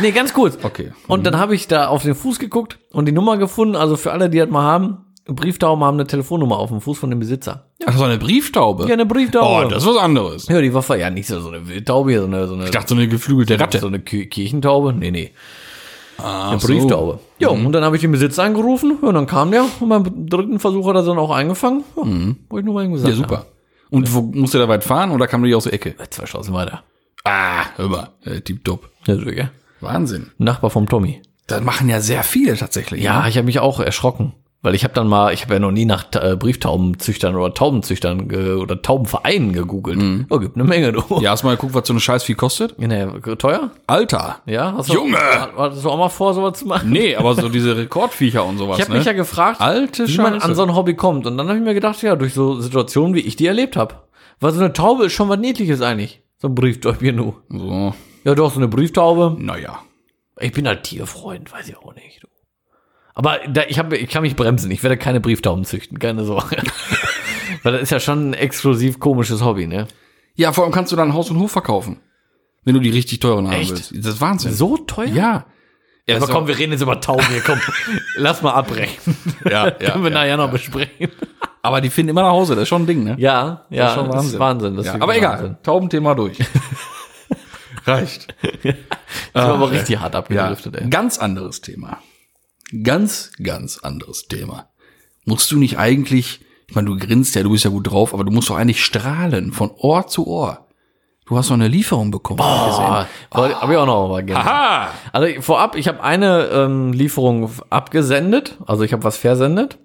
Nee, ganz kurz.
Okay. Mhm.
Und dann habe ich da auf den Fuß geguckt und die Nummer gefunden. Also für alle, die das mal haben, Brieftauben haben eine Telefonnummer auf dem Fuß von dem Besitzer.
Ach, so eine Brieftaube.
Ja, eine Brieftaube.
Oh, das ist was anderes.
ja, die war ver- ja nicht so, so eine Wildtaube hier, so eine, so eine,
Ich dachte, so eine geflügelte Ratte.
so eine Ki- Kirchentaube. Nee, nee.
Ach Mhm.
Eine Brieftaube. Ja, und dann habe ich den Besitzer angerufen. Ja, und dann kam der und beim dritten Versuch hat er sie dann auch eingefangen. Ja, Wollte ich nur mal eben gesagt
Mhm. Ja, super. Und wo, musste da weit fahren oder kam die aus der Ecke?
haben. Zwei Straßen weiter.
Ah, hör mal. Äh, tipptopp.
Ja, so, ja.
Wahnsinn.
Nachbar vom Tommy.
Das machen ja sehr viele tatsächlich.
Ja, ich habe mich auch erschrocken, weil ich habe dann mal, ich habe ja noch nie nach äh, Brieftaubenzüchtern oder Taubenzüchtern ge oder Taubenvereinen gegoogelt. Ja, gibt eine Menge, du.
Mhm. Ja, hast mal geguckt, was so eine Scheißvieh kostet?
Nee, teuer?
Alter.
Ja, hast du,
Junge!
Hattest du auch mal vor, sowas zu machen?
Nee, aber so diese Rekordviecher und sowas.
Ich habe
ne?
mich ja gefragt,
Alte
wie man
Scheiße.
an so ein Hobby kommt. Und dann habe ich mir gedacht, ja, durch so Situationen, wie ich die erlebt habe. Weil so eine Taube ist schon was Niedliches eigentlich. So ein Brieftäubchen, du.
So,
Ja, doch, so eine Brieftaube.
naja.
Ich bin halt Tierfreund, weiß ich auch nicht. Du. Aber da, ich, hab, ich kann mich bremsen. Ich werde keine Brieftauben züchten, keine Sorge. Weil das ist ja schon ein exklusiv komisches Hobby, ne?
Ja, vor allem kannst du dann Haus und Hof verkaufen. Wenn du die richtig teuren haben
Echt?
willst. Das ist Wahnsinn.
So teuer?
Ja. Also, Ja,
Aber
so-
komm, wir reden jetzt über Tauben hier, komm. lass mal abbrechen.
ja, ja,
Können wir
ja.
nachher noch besprechen.
Aber die finden immer nach Hause, das ist schon ein Ding, ne?
Ja, ja,
schon
das ist Wahnsinn. Das
ja,
ist
aber
wirklich
egal,
Wahnsinn.
Taubenthema durch. Reicht.
Das ist aber richtig hart
Ah, Ja,
abgedriftet, ey.
ganz anderes Thema. Ganz, ganz anderes Thema. Musst du nicht eigentlich, ich meine, du grinst ja, du bist ja gut drauf, aber du musst doch eigentlich strahlen von Ohr zu Ohr. Du hast doch eine Lieferung bekommen. hab ich gesehen.
Ah, wollte- hab ich auch noch mal gerne.
Aha!
Also ich- vorab, ich habe eine ähm, Lieferung f- abgesendet, also ich habe was versendet.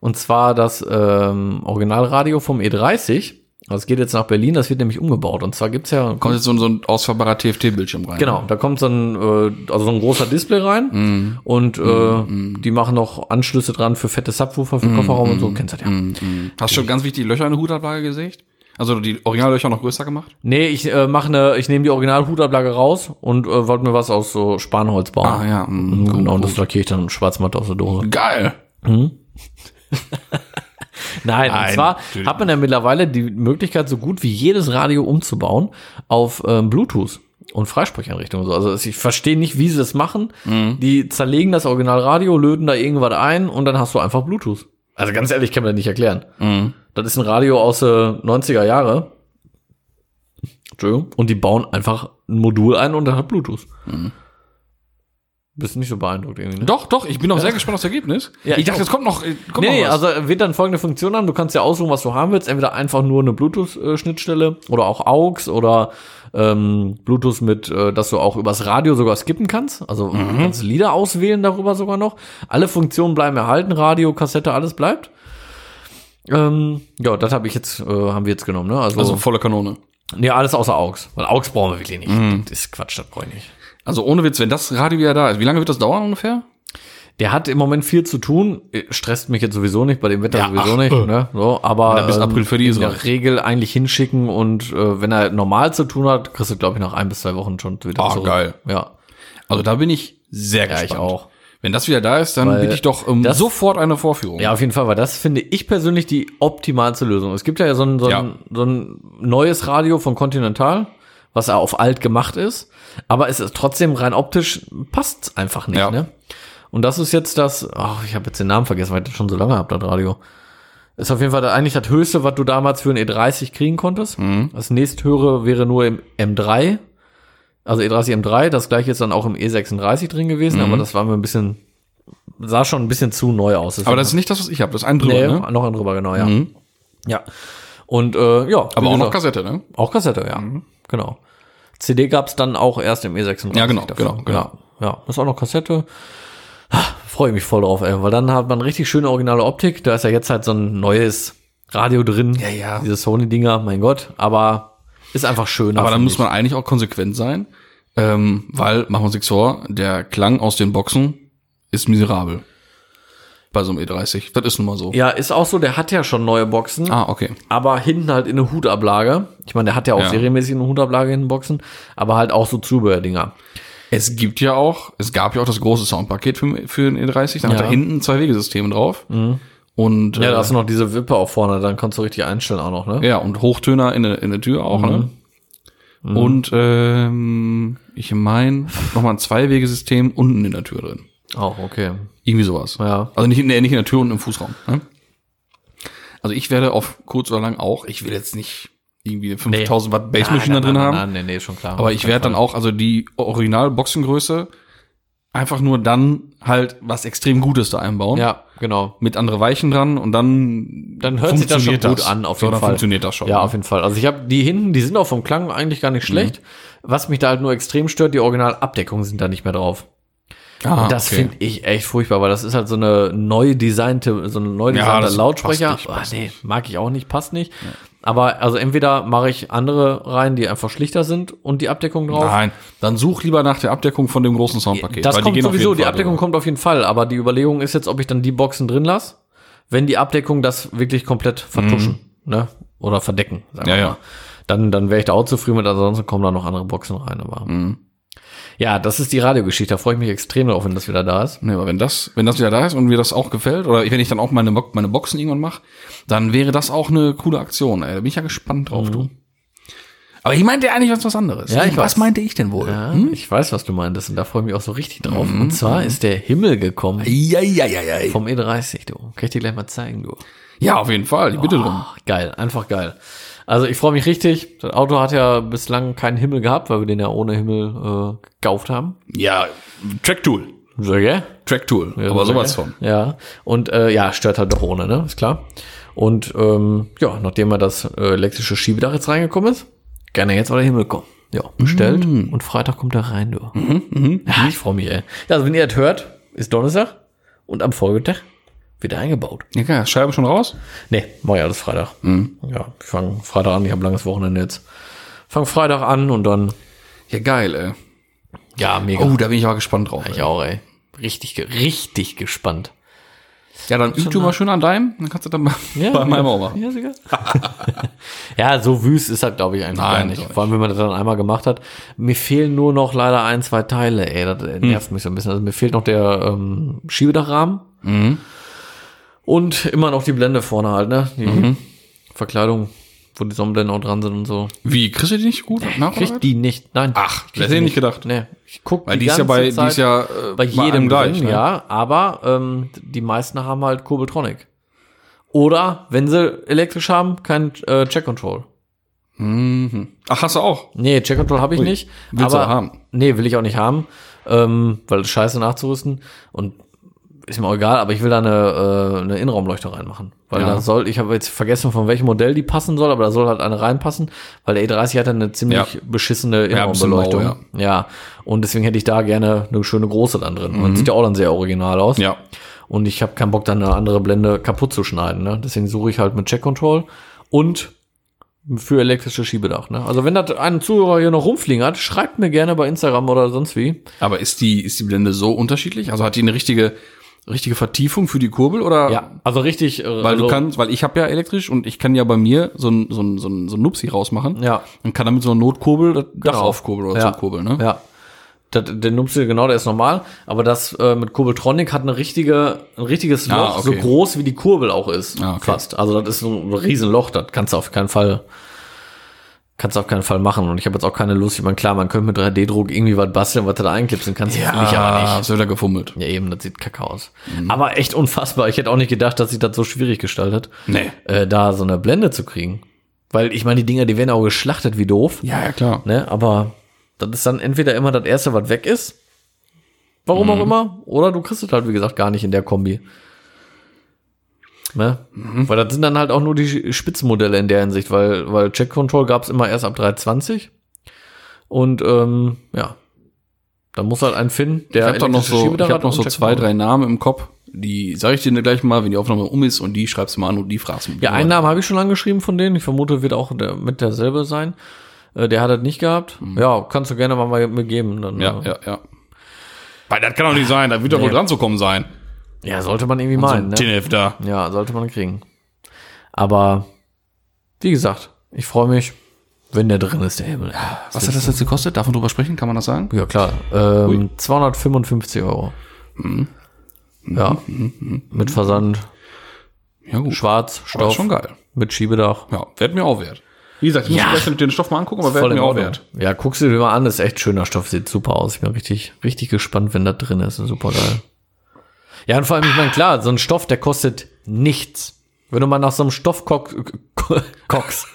Und zwar das ähm, Originalradio vom E30. Also es geht jetzt nach Berlin, das wird nämlich umgebaut. Und zwar gibt's ja.
Kommt jetzt so, ein- so ein ausfahrbarer TFT-Bildschirm rein.
Genau, da kommt so ein, äh, also so ein großer Display rein
Mm.
und äh, die machen noch Anschlüsse dran für fette Subwoofer,
Mm,
für Kofferraum und so. Kennst du das Mhm. ja?
Hast du schon ganz wichtige Löcher in der Hutablage gesägt? Also die Originallöcher noch größer gemacht?
Nee, ich äh, mache eine, ich nehme die Originalhutablage raus und äh, wollte mir was aus so Spanholz bauen.
Ah ja, mm,
Mhm, genau, und das lackiere ich dann schwarzmatt aus der Dose.
Geil.
Nein, und
Nein,
zwar
natürlich
hat man ja mittlerweile die Möglichkeit, so gut wie jedes Radio umzubauen auf ähm, Bluetooth und Freisprecheinrichtungen. und So. Also es- ich verstehe nicht, wie sie das machen.
Mhm.
Die zerlegen das Originalradio, löten da irgendwas ein und dann hast du einfach Bluetooth. Also ganz ehrlich, kann man das nicht erklären. Das ist ein Radio aus äh, 90er Jahre. Entschuldigung. Und die bauen einfach ein Modul ein und dann hat Bluetooth.
Mhm.
Bist nicht so beeindruckt irgendwie, ne?
Doch, doch, ich bin auch sehr gespannt aufs Ergebnis.
Ja,
ich dachte,
ich
es kommt noch, äh, kommt
Nee, nee,
noch was.
also wird dann folgende Funktion haben. Du kannst ja aussuchen, was du haben willst. Entweder einfach nur eine Bluetooth-Schnittstelle oder auch AUX oder ähm, Bluetooth mit, äh, dass du auch übers Radio sogar skippen kannst. Also du kannst Lieder auswählen darüber sogar noch. Alle Funktionen bleiben erhalten. Radio, Kassette, alles bleibt. Ähm, ja, das habe ich jetzt, äh, haben wir jetzt genommen. Ne? Also,
also volle Kanone.
nee, alles außer AUX. Weil AUX brauchen wir wirklich nicht. Das ist Quatsch, das brauche ich nicht.
Also ohne Witz, wenn das Radio wieder da ist, wie lange wird das dauern ungefähr?
Der hat im Moment viel zu tun, Äh, stresst mich jetzt sowieso nicht, bei dem Wetter
Ja,
sowieso
ach, äh.
nicht, ne? so, aber
bis April für die
in
Israel.
der Regel eigentlich hinschicken und äh, wenn er normal zu tun hat, kriegst du, glaube ich, nach ein bis zwei Wochen schon wieder
Ah, geil.
Ja,
Also da bin ich sehr
Ja, ich
gespannt.
auch.
Wenn das wieder da ist, dann
Weil
bitte ich doch ähm,
das-
sofort eine Vorführung.
Ja, auf jeden Fall, weil das finde ich persönlich die optimalste Lösung. Es gibt ja so ein, so ein,
Ja.
so ein neues Radio von Continental, was ja auf alt gemacht ist, aber es ist trotzdem rein optisch passt einfach nicht,
Ja.
ne? Und das ist jetzt das, ach, ich habe jetzt den Namen vergessen, weil ich das schon so lange hab das Radio. Ist auf jeden Fall eigentlich das höchste, was du damals für ein E30 kriegen konntest.
Mhm.
Das nächsthöhere wäre nur im M3. Also E30 M3, das gleiche ist dann auch im E36 drin gewesen,
Mhm.
aber das war mir ein bisschen, sah schon ein bisschen zu neu aus.
Aber das ist nicht das, was ich habe. Das ist ein drüber,
Nee,
ne? Mhm.
noch ein drüber, genau, ja. Ja. Und äh, ja. wie
Aber auch noch
gesagt,
Kassette, ne?
Auch Kassette, ja. Genau. CD gab's dann auch erst im E36.
Ja, genau, genau, genau.
Ja, ja, ist auch noch Kassette. Freue mich voll drauf, ey, weil dann hat man richtig schöne originale Optik. Da ist ja jetzt halt so ein neues Radio drin. Ja,
ja.
Diese Sony-Dinger, mein Gott. Aber ist einfach schön.
Aber dann muss man eigentlich auch konsequent sein, ähm, weil, machen wir uns nichts vor, der Klang aus den Boxen ist miserabel. Bei so einem E30. Das ist nun mal so.
Ja, ist auch so, der hat ja schon neue Boxen.
Ah, okay.
aber hinten halt in eine Hutablage. Ich meine, der hat ja auch
Ja.
serienmäßig eine Hutablage in den Boxen, aber halt auch so Zubehördinger.
Es gibt ja auch, es gab ja auch das große Soundpaket für, für den E30. Dann hat
Ja.
er hinten zwei Wegesysteme drauf. Und,
Ja,
äh,
da hast du noch diese Wippe auch vorne, dann kannst du richtig einstellen auch noch, ne?
ja, und Hochtöner in der in der Tür auch, ne? Und ähm, ich meine, nochmal ein Zweiwegesystem unten in der Tür drin.
Auch, okay.
Irgendwie sowas.
Ja.
Also nicht, in der- nicht in der Tür und im Fußraum. Ne? Also ich werde auf kurz oder lang auch, ich will jetzt nicht irgendwie eine 5000 Watt Bass Machine da drin haben,
Ah, Nein, nein, nee, schon klar.
aber ich werde dann auch, also die original Boxengröße, einfach nur dann halt was extrem Gutes da einbauen.
Ja, genau.
Mit andere Weichen dran und dann
Dann hört sich das schon
funktioniert
gut an, auf
so,
jeden
dann
Fall.
funktioniert das schon.
Ja, auf jeden Fall. Also ich habe die hinten, die sind auch vom Klang eigentlich gar nicht
Mhm.
schlecht. Was mich da halt nur extrem stört, die Originalabdeckungen sind da nicht mehr drauf.
Ah,
Und das
okay.
finde ich echt furchtbar, weil das ist halt so eine neu designte, so eine neu
Ja,
designte
das
Lautsprecher.
passt nicht,
Ah, nee, mag ich auch nicht, passt nicht. Aber also entweder mache ich andere rein, die einfach schlichter sind und die Abdeckung drauf.
Nein, dann such lieber nach der Abdeckung von dem großen Soundpaket.
Das
weil
kommt
gehen auf
sowieso,
jeden
die
Fall
Abdeckung
drüber.
kommt auf jeden Fall, aber die Überlegung ist jetzt, ob ich dann die Boxen drin lasse, wenn die Abdeckung das wirklich komplett vertuschen, ne? Oder verdecken, sagen
Mhm. Ja,
wir
ja.
mal. Dann, dann wäre ich da auch zufrieden mit, ansonsten kommen da noch andere Boxen rein, aber.
Mhm.
Ja, das ist die Radiogeschichte, da freue ich mich extrem drauf, wenn das wieder da ist.
Nee, aber wenn das, wenn das wieder da ist und mir das auch gefällt, oder wenn ich dann auch meine, Bo- meine Boxen irgendwann mache, dann wäre das auch eine coole Aktion. Ey. Da bin ich ja gespannt drauf, du. Aber ich meinte eigentlich was, was anderes.
Mhm. Ja, ich
was
weiß.
meinte ich denn wohl?
Ja, ich weiß, was du meintest und da freue ich mich auch so richtig drauf.
Mhm.
Und zwar ist der Himmel gekommen
Ja, ja, ja, ja.
vom E30, du. Kann ich dir gleich mal zeigen, du.
Ja, auf jeden Fall. Ich bitte drum.
Ah, geil, einfach geil. Also ich freue mich richtig. Das Auto hat ja bislang keinen Himmel gehabt, weil wir den ja ohne Himmel äh, gekauft haben.
Ja, Track Tool.
So, gell?
Track Tool. aber sowas von.
Ja. Und äh, ja, stört halt doch ohne, ne? Ist klar. Und ähm, ja, nachdem mal das äh, elektrische Schiebedach jetzt reingekommen ist, gerne jetzt mal der Himmel kommen. Ja, bestellt.
Mm.
Und Freitag kommt er rein, du.
Mhm,
Ja, ich freue mich, ey. Ja, also wenn ihr das hört, ist Donnerstag und am Folgetag wird er eingebaut.
Ja, klar. Scheibe schon raus?
Nee, mach ich alles Freitag. Ja, ich fange Freitag an, ich habe langes Wochenende jetzt. Fang Freitag an und dann.
Ja, geil, ey.
Ja, mega.
Oh, da bin ich aber gespannt drauf.
ich auch, ey. Richtig, ge- richtig gespannt.
Ja, dann üb du mal schön an deinem, dann kannst du dann mal bei meinem auch machen.
Ja, sogar. ja, so wüst ist halt, glaube ich, einfach gar
Nein,
nicht.
doch nicht.
Vor allem, wenn man das dann einmal gemacht hat. Mir fehlen nur noch leider ein, zwei Teile, ey. Das
Hm.
äh, nervt mich so ein bisschen. Also mir fehlt noch der ähm, Schiebedachrahmen.
Mhm.
Und immer noch die Blende vorne halt, ne? Die
Mhm.
Verkleidung, wo die Sonnenblenden auch dran sind und so.
Wie, kriegst du die nicht gut
Krieg
nachverarbeitet?
die nicht, nein.
Ach,
ich krieg
hätte ich nicht gedacht.
Nee, ich guck
Weil die ist ja
ganze
bei, die ist
Zeit
ja äh,
bei jedem
allem
gleich,
ne?
ja, aber ähm, die meisten haben halt Kurbeltronic. Oder, wenn sie elektrisch haben, kein äh, Check Control.
Mhm. Ach, hast du auch?
Nee, Check Control habe ich nicht.
Willst du
aber,
aber haben?
Nee, will ich auch nicht haben, ähm, weil das scheiße nachzurüsten und ist mir auch egal, aber ich will da eine, äh, eine Innenraumleuchte reinmachen. Weil
Ja.
da soll, ich habe jetzt vergessen, von welchem Modell die passen soll, aber da soll halt eine reinpassen, weil der E30 hat ja eine ziemlich
Ja.
beschissene
Ja, ein bisschen mau,
Innenraumbeleuchtung. Ja, und deswegen hätte ich da gerne eine schöne große dann drin. Und sieht ja auch dann sehr original aus.
Mhm. Ja.
Und ich habe keinen Bock, dann eine andere Blende kaputt zu schneiden. Ne? Deswegen suche ich halt mit Check Control und für elektrische Schiebedach. Ne? Also wenn das ein Zuhörer hier noch rumfliegen hat, schreibt mir gerne bei Instagram oder sonst wie.
Aber ist die, ist die Blende so unterschiedlich? Also hat die eine richtige richtige Vertiefung für die Kurbel oder?
Ja, also richtig. äh,
Weil
also,
du kannst, weil ich habe ja elektrisch und ich kann ja bei mir so ein so ein so ein, so ein Nupsi rausmachen.
Ja. Genau.
Und kann damit so eine Notkurbel das Dach aufkurbeln oder
ja.
so kurbeln, ne?
Ja. Das, der Nupsi, genau, der ist normal. Aber das äh, mit Kurbeltronic hat eine richtige, ein richtiges
Ah,
Loch,
okay.
so groß wie die Kurbel auch ist.
Ah, okay.
Fast. Also das ist so ein Riesenloch, das kannst du auf keinen Fall, kannst du auf keinen Fall machen. Und ich habe jetzt auch keine Lust. Ich meine, klar, man könnte mit 3D-Druck irgendwie was basteln, was du da einklipsen kannst. Das will ich aber nicht.
hast du wieder gefummelt.
Ja, eben, das sieht kacke aus.
Mhm.
Aber echt unfassbar. Ich hätte auch nicht gedacht, dass sich das so schwierig gestaltet,
Nee.
äh, da so eine Blende zu kriegen. Weil ich meine, die Dinger, die werden auch geschlachtet wie doof.
Ja, ja, klar.
Ne? Aber das ist dann entweder immer das Erste, was weg ist. Warum
Mhm.
auch immer. Oder du kriegst es halt, wie gesagt, gar nicht in der Kombi. Ne?
Mhm.
Weil das sind dann halt auch nur die Spitzenmodelle in der Hinsicht, weil, weil Check Control gab es immer erst ab 320. Und ähm, ja. Dann muss halt einen finden, der
ich habe doch noch
elektrische
so, ich
Schiebedarm
hab
hat
noch
und
so
Check
zwei,
Control.
drei Namen im Kopf. Die sage ich dir dann gleich mal, wenn die Aufnahme um ist und die schreibst du mal an und die fragst du mich
Ja,
mal.
einen Namen habe ich schon angeschrieben von denen. Ich vermute, wird auch der, mit derselbe sein. Äh, der hat das nicht gehabt. Ja, kannst du gerne mal, mal mir geben. Dann,
Mhm. Ja,
äh,
ja, ja.
Weil das kann doch nicht sein, da wird doch wohl dran zu kommen sein.
ja, sollte man irgendwie meinen. ne?
TNF da.
Ja, sollte man kriegen. Aber wie gesagt, ich freue mich, wenn der drin ist, der Himmel.
Was hat das jetzt gekostet? Darf man drüber sprechen? Kann man das sagen?
Ja, klar. Ähm, 255 Euro.
Mhm.
Ja. Mit Versand,
Ja, gut.
schwarz,
Aber Mhm. Oh, ist
Stoff,
schon geil.
mit Schiebedach.
Ja, wert mir auch wert. Wie gesagt, ich
Ja.
muss gleich den Stoff mal angucken, aber wert
Voll in
mir auch
Ordnung.
wert.
Ja, guckst du dir mal an, ist echt schöner Stoff, sieht super aus. Ich bin richtig, richtig gespannt, wenn da drin ist. Super geil. Ja, und vor allem, ich meine, klar, so ein Stoff, der kostet nichts. Wenn du mal nach so einem Stoff Cox, Cox.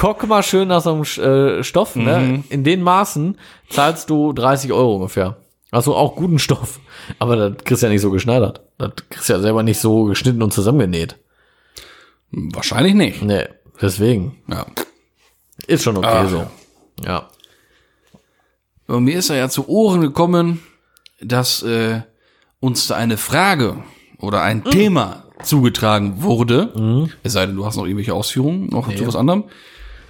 Guck mal schön nach so einem äh, Stoff,
Mhm.
ne? In den Maßen zahlst du 30 Euro ungefähr. Also auch guten Stoff. Aber das kriegst du ja nicht so geschneidert. Das kriegst du ja selber nicht so geschnitten und zusammengenäht.
Hm, Wahrscheinlich nicht.
Nee, deswegen.
Ja.
Ist schon okay
Ah.
so. Ja.
Und mir ist ja ja zu Ohren gekommen, dass äh, uns da eine Frage oder ein Thema zugetragen wurde. Es sei denn, du hast noch irgendwelche Ausführungen, noch zu was anderem,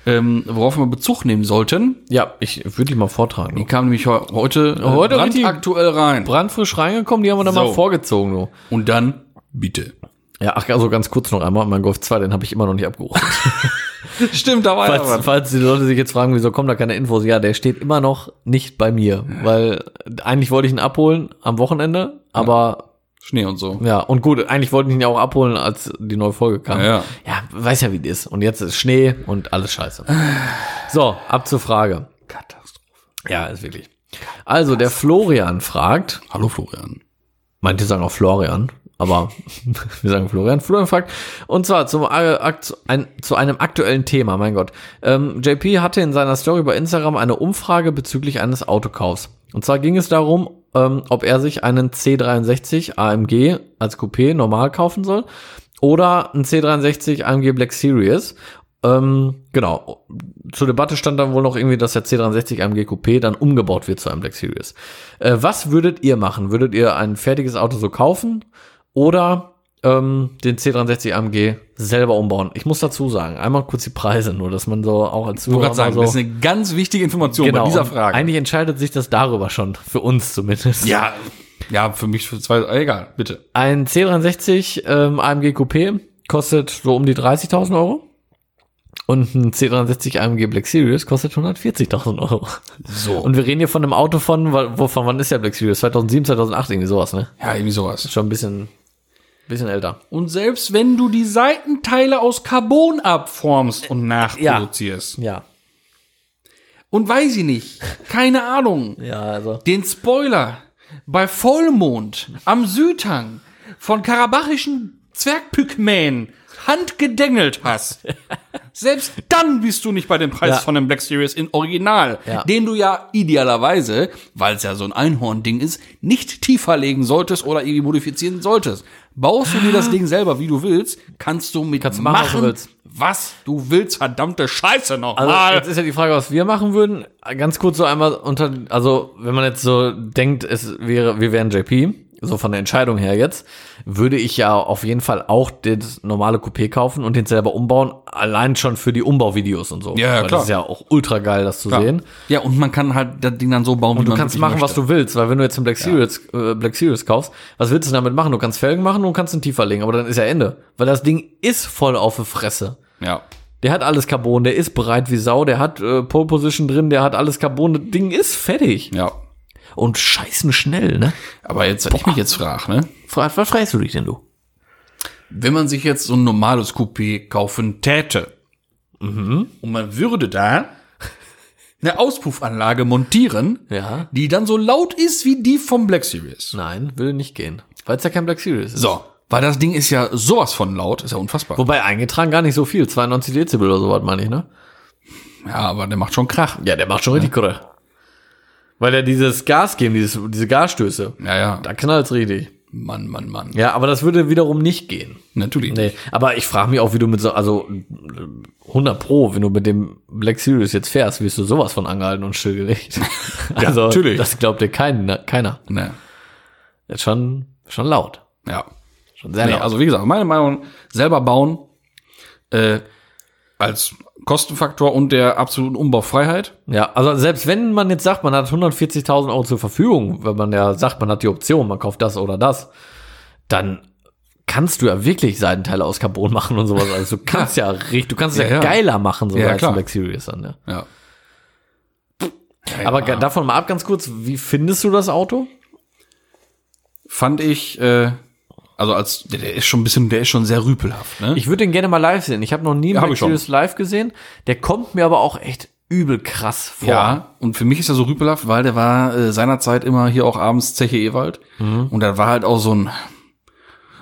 ähm, worauf wir Bezug nehmen sollten.
Ja, ich würde dich mal vortragen.
Die
Du.
kam nämlich heu- heute, äh,
Heute richtig-
brandaktuell rein.
Brandfrisch reingekommen, die haben wir dann
So.
mal vorgezogen. Du.
Und dann, bitte.
Ja, ach, also ganz kurz noch einmal, mein Golf 2, den habe ich immer noch nicht abgerufen.
Stimmt, da war
falls, falls die Leute sich jetzt fragen, wieso kommen da keine Infos, ja, der steht immer noch nicht bei mir, weil eigentlich wollte ich ihn abholen am Wochenende, aber
Schnee und so.
ja, und gut, eigentlich wollte ich ihn ja auch abholen, als die neue Folge kam.
Ja, ja.
ja weiß ja, wie das ist. Und jetzt ist Schnee und alles scheiße. So, ab zur Frage.
Katastrophe.
Ja, ist wirklich. Also, der Florian fragt,
Hallo Florian.
Manche sagen auch Florian, aber wir sagen Florian. Florian fragt, und zwar zum, äh, akt- ein, zu einem aktuellen Thema, mein Gott. Ähm, JP hatte in seiner Story bei Instagram eine Umfrage bezüglich eines Autokaufs. Und zwar ging es darum, ähm, ob er sich einen C63 AMG als Coupé normal kaufen soll oder einen C63 AMG Black Series. Ähm, genau. Zur Debatte stand dann wohl noch irgendwie, dass der C63 AMG Coupé dann umgebaut wird zu einem Black Series. Äh, was würdet ihr machen? Würdet ihr ein fertiges Auto so kaufen oder ähm, den C63 AMG selber umbauen? Ich muss dazu sagen, einmal kurz die Preise, nur dass man so auch als
Ich
Zuhörer
wollte gerade sagen,
mal
das ist
so,
eine ganz wichtige Information
genau,
bei dieser
und
Frage.
Eigentlich entscheidet sich das darüber schon, für uns zumindest.
Ja, ja, für mich für zwei, äh, egal, bitte.
Ein C63 ähm, AMG Coupé kostet so um die 30.000 Euro. Und ein C63 AMG Black Series kostet 140.000 Euro.
So.
Und wir reden hier von einem Auto von, wa- wovon wann ist der Black Series? 2007, 2008, irgendwie sowas, ne?
Ja, irgendwie sowas.
Schon ein bisschen, bisschen älter.
Und selbst wenn du die Seitenteile aus Carbon abformst und nachproduzierst.
Ja.
Und weiß ich nicht, keine Ahnung,
Ja, also.
den Spoiler bei Vollmond am Südhang von karabachischen Zwergpygmäen handgedengelt hast. Selbst dann bist du nicht bei dem Preis
Ja.
von dem Black Series in Original,
Ja.
den du ja idealerweise, weil es ja so ein Einhorn-Ding ist, nicht tiefer legen solltest oder irgendwie modifizieren solltest. Baust du dir das Ding selber, wie du willst, kannst du mit
du machen, was du willst.
was du willst, verdammte Scheiße
Also
nochmal.
jetzt ist ja die Frage, was wir machen würden. Ganz kurz so einmal unter, also wenn man jetzt so denkt, es wäre, wir wären JP so von der Entscheidung her jetzt, würde ich ja auf jeden Fall auch das normale Coupé kaufen und den selber umbauen, allein schon für die Umbauvideos und so.
Ja, ja,
Weil
klar.
Das ist ja auch ultra geil, das zu sehen.
Ja, und man kann halt das Ding dann so bauen, wie
Du
man
kannst
wirklich
machen, was
möchte.
du willst, weil wenn du jetzt einen Black Series, äh, Black Series kaufst, was willst du damit machen? Du kannst Felgen machen und kannst ihn tiefer legen, aber dann ist ja Ende. Weil das Ding ist voll auf die Fresse.
Ja.
Der hat alles Carbon, der ist bereit wie Sau, der hat äh, Pole Position drin, der hat alles Carbon, das Ding ist fertig.
Ja.
Und scheißen schnell, ne?
Aber jetzt, wenn ich mich jetzt frage, ne?
Fra- Was fragst du dich denn, du?
Wenn man sich jetzt so ein normales Coupé kaufen täte
Mhm.
und man würde da eine Auspuffanlage montieren,
Ja.
die dann so laut ist wie die vom Black Series.
Nein, würde nicht gehen. Weil es ja kein Black Series ist.
So, weil das Ding ist ja sowas von laut, ist ja unfassbar.
Wobei eingetragen gar nicht so viel, 92 Dezibel oder sowas, meine ich, ne?
Ja, aber der macht schon Krach.
Ja, der macht schon richtig Krach. Weil er dieses Gas geben, dieses, diese Gasstöße.
Ja, ja.
Da knallt's richtig.
Mann, Mann, Mann.
Ja, aber das würde wiederum nicht gehen.
Natürlich.
Nee, aber ich frage mich auch, wie du mit so, also äh, 100 Pro, wenn du mit dem Black Series jetzt fährst, wirst du sowas von angehalten und stillgelegt. also,
natürlich.
Das glaubt dir kein, ne, keiner.
Nee.
Das ist schon, schon laut.
Ne. Ja.
Schon sehr
Nee,
laut.
also wie gesagt, meine Meinung, selber bauen äh, als Kostenfaktor und der absoluten Umbaufreiheit.
ja, also selbst wenn man jetzt sagt, man hat 140.000 Euro zur Verfügung, wenn man ja sagt, man hat die Option, man kauft das oder das, dann kannst du ja wirklich Seitenteile aus Carbon machen und sowas. Also du kannst ja richtig, du kannst es ja,
Ja, ja.
geiler machen, sogar
Ja,
als ein
klar.
Black Series dann, ja.
Ja.
Aber ga- davon mal ab ganz kurz, wie findest du das Auto?
Fand ich, äh, also als der, der ist schon ein bisschen, der ist schon sehr rüpelhaft, ne?
Ich würde den gerne mal live sehen. Ich habe noch nie einen
Ja, hab
Black
ich schon.
Series live gesehen. Der kommt mir aber auch echt übel krass vor.
ja, und für mich ist er so rüpelhaft, weil der war äh, seinerzeit immer hier auch abends Zeche Ewald.
Mhm.
Und da war halt auch so ein,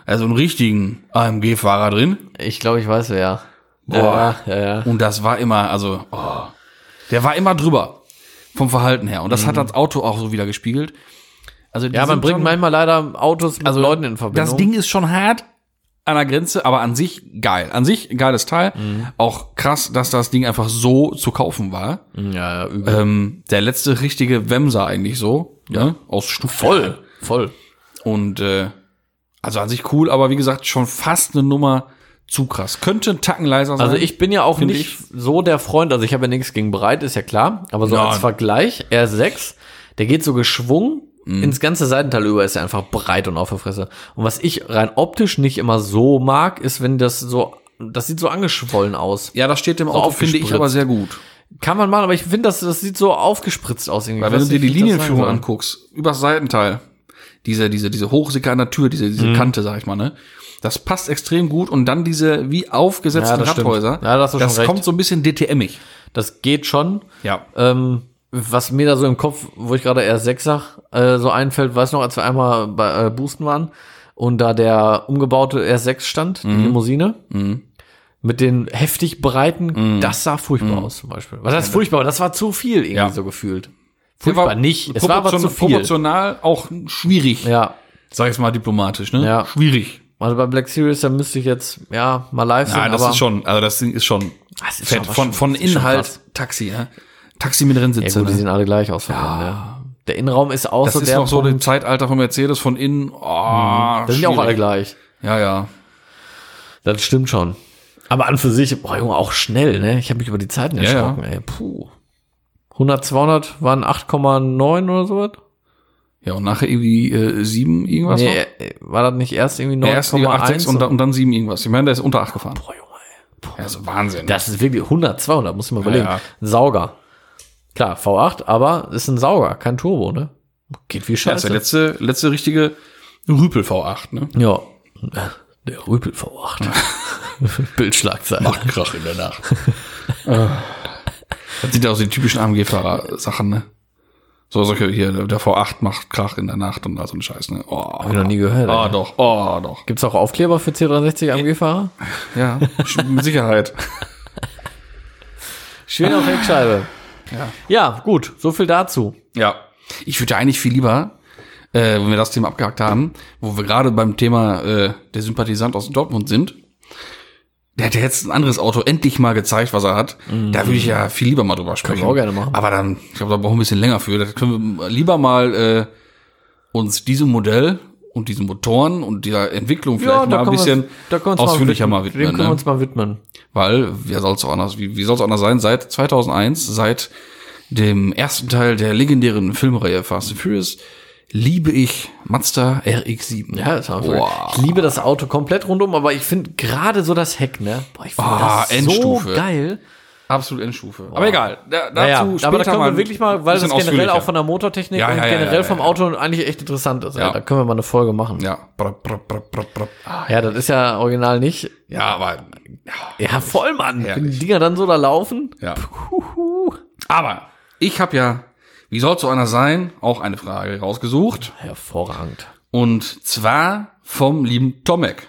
also einen richtigen AMG-Fahrer drin.
Ich glaube, ich weiß wer.
Boah.
Ja, ja, ja.
Und das war immer, also, oh, der war immer drüber vom Verhalten her. Und das hat das Auto auch so wieder gespiegelt. Also die
Mhm. ja man
sind
bringt
schon-
manchmal leider Autos mit Leuten in Verbindung.
Das Ding ist schon hart an der Grenze, aber an sich geil. An sich ein geiles Teil. Auch krass, dass das Ding einfach so zu kaufen war.
Hm, ja, ja, übel.
Ähm, der letzte richtige Wemser eigentlich so. Ja. Ne? Aus Stufe.
voll, voll.
Und äh, also an sich cool, aber wie gesagt, schon fast eine Nummer zu krass. Könnte ein Tacken leiser sein.
Also ich bin ja auch
Finde
nicht so der Freund, also ich habe ja nichts gegen bereit, ist ja klar, aber so
Nein.
als Vergleich, R6, der geht so geschwungen ins ganze Seitenteil über, ist er einfach breit und auf der Fresse. Und was ich rein optisch nicht immer so mag, ist, wenn das so, das sieht so angeschwollen aus.
ja, das steht dem Auto, finde ich
aufgespritzt.
aber sehr gut.
Kann man machen, aber ich finde, das, das sieht so aufgespritzt aus. Irgendwie.
Weil
Ich
wenn du
weiß
dir die
nicht, wie ich das
Linienführung
sagen soll.
anguckst, übers Seitenteil, diese, diese, diese Hochsicker an der Tür, diese,
Mhm.
diese Kante, sag ich mal, ne? Das passt extrem gut und dann diese wie
Ja,
aufgesetzten
das stimmt.
Radhäuser.
Ja, da hast du schon
das
recht.
kommt so ein bisschen DTM-ig.
Das geht schon.
Ja.
Ähm, was mir da so im Kopf, wo ich gerade R6 sag, äh, so einfällt, weiß noch, als wir einmal bei äh, Boosten waren und da der umgebaute R6 stand,
Mhm.
die Limousine, mit den heftig
Mhm.
breiten, das sah furchtbar aus zum Beispiel. Was heißt furchtbar? Das war zu viel irgendwie
Ja.
so gefühlt. Furchtbar nicht. Es war aber zu viel.
Proportional auch schwierig.
Ja,
Sag ich mal diplomatisch, ne?
Ja.
Schwierig.
also bei Black Series, da müsste ich jetzt, ja, mal live sehen.
Ja, das
aber
ist schon, also das Ding ist schon
Das ist
fett.
schon was
Von,
schon-
von
das ist schon
Inhalt
krass.
Taxi, ne? Taxi mit drin
Ja,
sitzen.
gut, die sehen alle gleich aus. von innen, ja. Der Innenraum ist auch
das
so
ist
der.
noch so im Zeitalter von Mercedes von innen. Oh,
das sind ja auch alle gleich.
Ja, ja.
Das stimmt schon. Aber an für sich, boah, Junge, auch schnell, ne? Ich habe mich über die Zeiten
ja.
erschrocken, ey. Puh. 100, 200 waren 8,9 oder sowas?
Ja, und nachher irgendwie äh, sieben irgendwas.
Nee,
noch?
äh, war das nicht erst irgendwie
Der erste die 8,6
9,1?
und, dann- und dann sieben irgendwas. Ich meine, der ist unter acht gefahren.
boah, Junge, ey.
Ja, also Wahnsinn.
Das ist wirklich 100, 200, muss ich mal überlegen.
ja.
Ein Sauger. Klar, V8, aber ist ein Sauger, kein Turbo, ne? Geht wie
das ist
Scheiße.
der letzte, letzte richtige Rüpel V8, ne?
ja. äh, Der Rüpel V8. Bildschlagzeile.
Macht Krach in der Nacht. Ah. das sind ja auch so die typischen AMG-Fahrer-Sachen, ne? So, solche hier, der V8 macht Krach in der Nacht und all so ein Scheiß, ne? Oh,
Hab ich noch nie gehört.
Ah,
ey.
doch, oh, doch.
Gibt's auch Aufkleber für C63 AMG-Fahrer?
Ja, mit Sicherheit.
Schön auf Heckscheibe. Ja. ja, gut, so viel dazu.
Ja. Ich würde ja eigentlich viel lieber, äh, wenn wir das Thema abgehakt haben, wo wir gerade beim Thema äh, der Sympathisant aus Dortmund sind, der hat ja jetzt ein anderes Auto endlich mal gezeigt, was er hat. Da würde ich ja viel lieber mal drüber sprechen.
Mhm. auch gerne machen.
Aber dann, ich glaube, da brauchen wir ein bisschen länger für. Da können wir lieber mal äh, uns diesem Modell und diesen Motoren und dieser Entwicklung vielleicht
Ja,
mal
da
ein
können wir
bisschen
uns, da können wir uns
ausführlicher mal
mal Dem
widmen.
können wir
Ne?
uns mal widmen.
Weil, wer soll's auch anders, wie, wie soll's anders sein? Seit 2001, seit dem ersten Teil der legendären Filmreihe Fast and Furious, liebe ich Mazda RX-7.
Ja, das haben wir
Boah.
Ich liebe das Auto komplett rundum, aber ich finde gerade so das Heck, ne? Boah, ich finde
Ah,
das
Endstufe.
so geil.
Absolut Endstufe. Aber egal, da, dazu
Naja, aber da können wir
ein
wirklich mal, weil das
bisschen
generell auch
ausführlicher.
von der Motortechnik
Ja,
und
ja, ja,
generell
ja, ja,
vom
ja.
Auto eigentlich echt interessant ist.
Ja.
Da können wir mal eine Folge machen. Ja,
Ja, brr, brr, brr, brr, brr.
das ist ja original nicht.
ja, aber,
Ja, voll, Mann. Wenn
Herrlich.
die Dinger dann so da laufen.
ja. Aber ich habe ja, wie soll's so einer sein, auch eine Frage rausgesucht.
Hervorragend.
Und zwar vom lieben Tomek.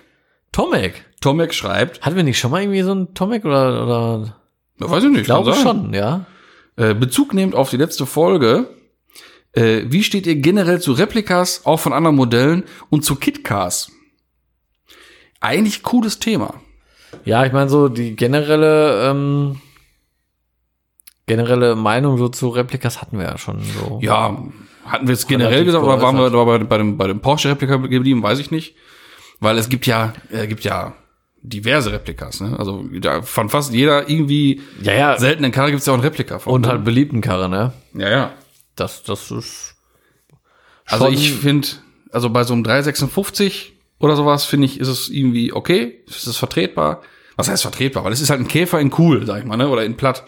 Tomek.
Tomek schreibt,
Hatten wir nicht schon mal irgendwie so einen Tomek oder, oder?
ja, weiß ich nicht,
Glaube
kann sein.
schon, ja.
Äh, Bezug nehmend auf die letzte Folge, äh, wie steht ihr generell zu Replikas, auch von anderen Modellen und zu Kitcars? Eigentlich cooles Thema.
Ja, ich meine so die generelle ähm, generelle Meinung so zu Replikas hatten wir ja schon so.
Ja, hatten wir es generell
Relativ
gesagt oder waren wir
geäußert.
da bei, bei dem, bei dem Porsche-Replika geblieben? Weiß ich nicht. Weil es gibt ja, äh, gibt ja diverse Replikas. Ne? Also da von fast jeder irgendwie
ja, ja
seltenen Karre gibt es ja auch ein Replika von.
Also und
ne?
halt beliebten Karre, ne?
ja, ja.
Das das ist
Also
schon-
ich finde, also bei so einem 356 oder sowas, finde ich, ist es irgendwie okay, ist es vertretbar. Was heißt vertretbar? Weil es ist halt ein Käfer in cool, sag ich mal, ne? oder in platt.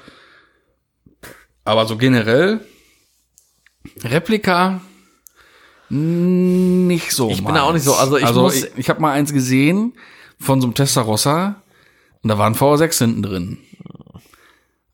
Aber so generell, Replika, n- nicht so.
Ich bin da auch nicht so, also ich muss-
ich, ich habe mal eins gesehen von so einem Testarossa und da war ein VR6 hinten drin.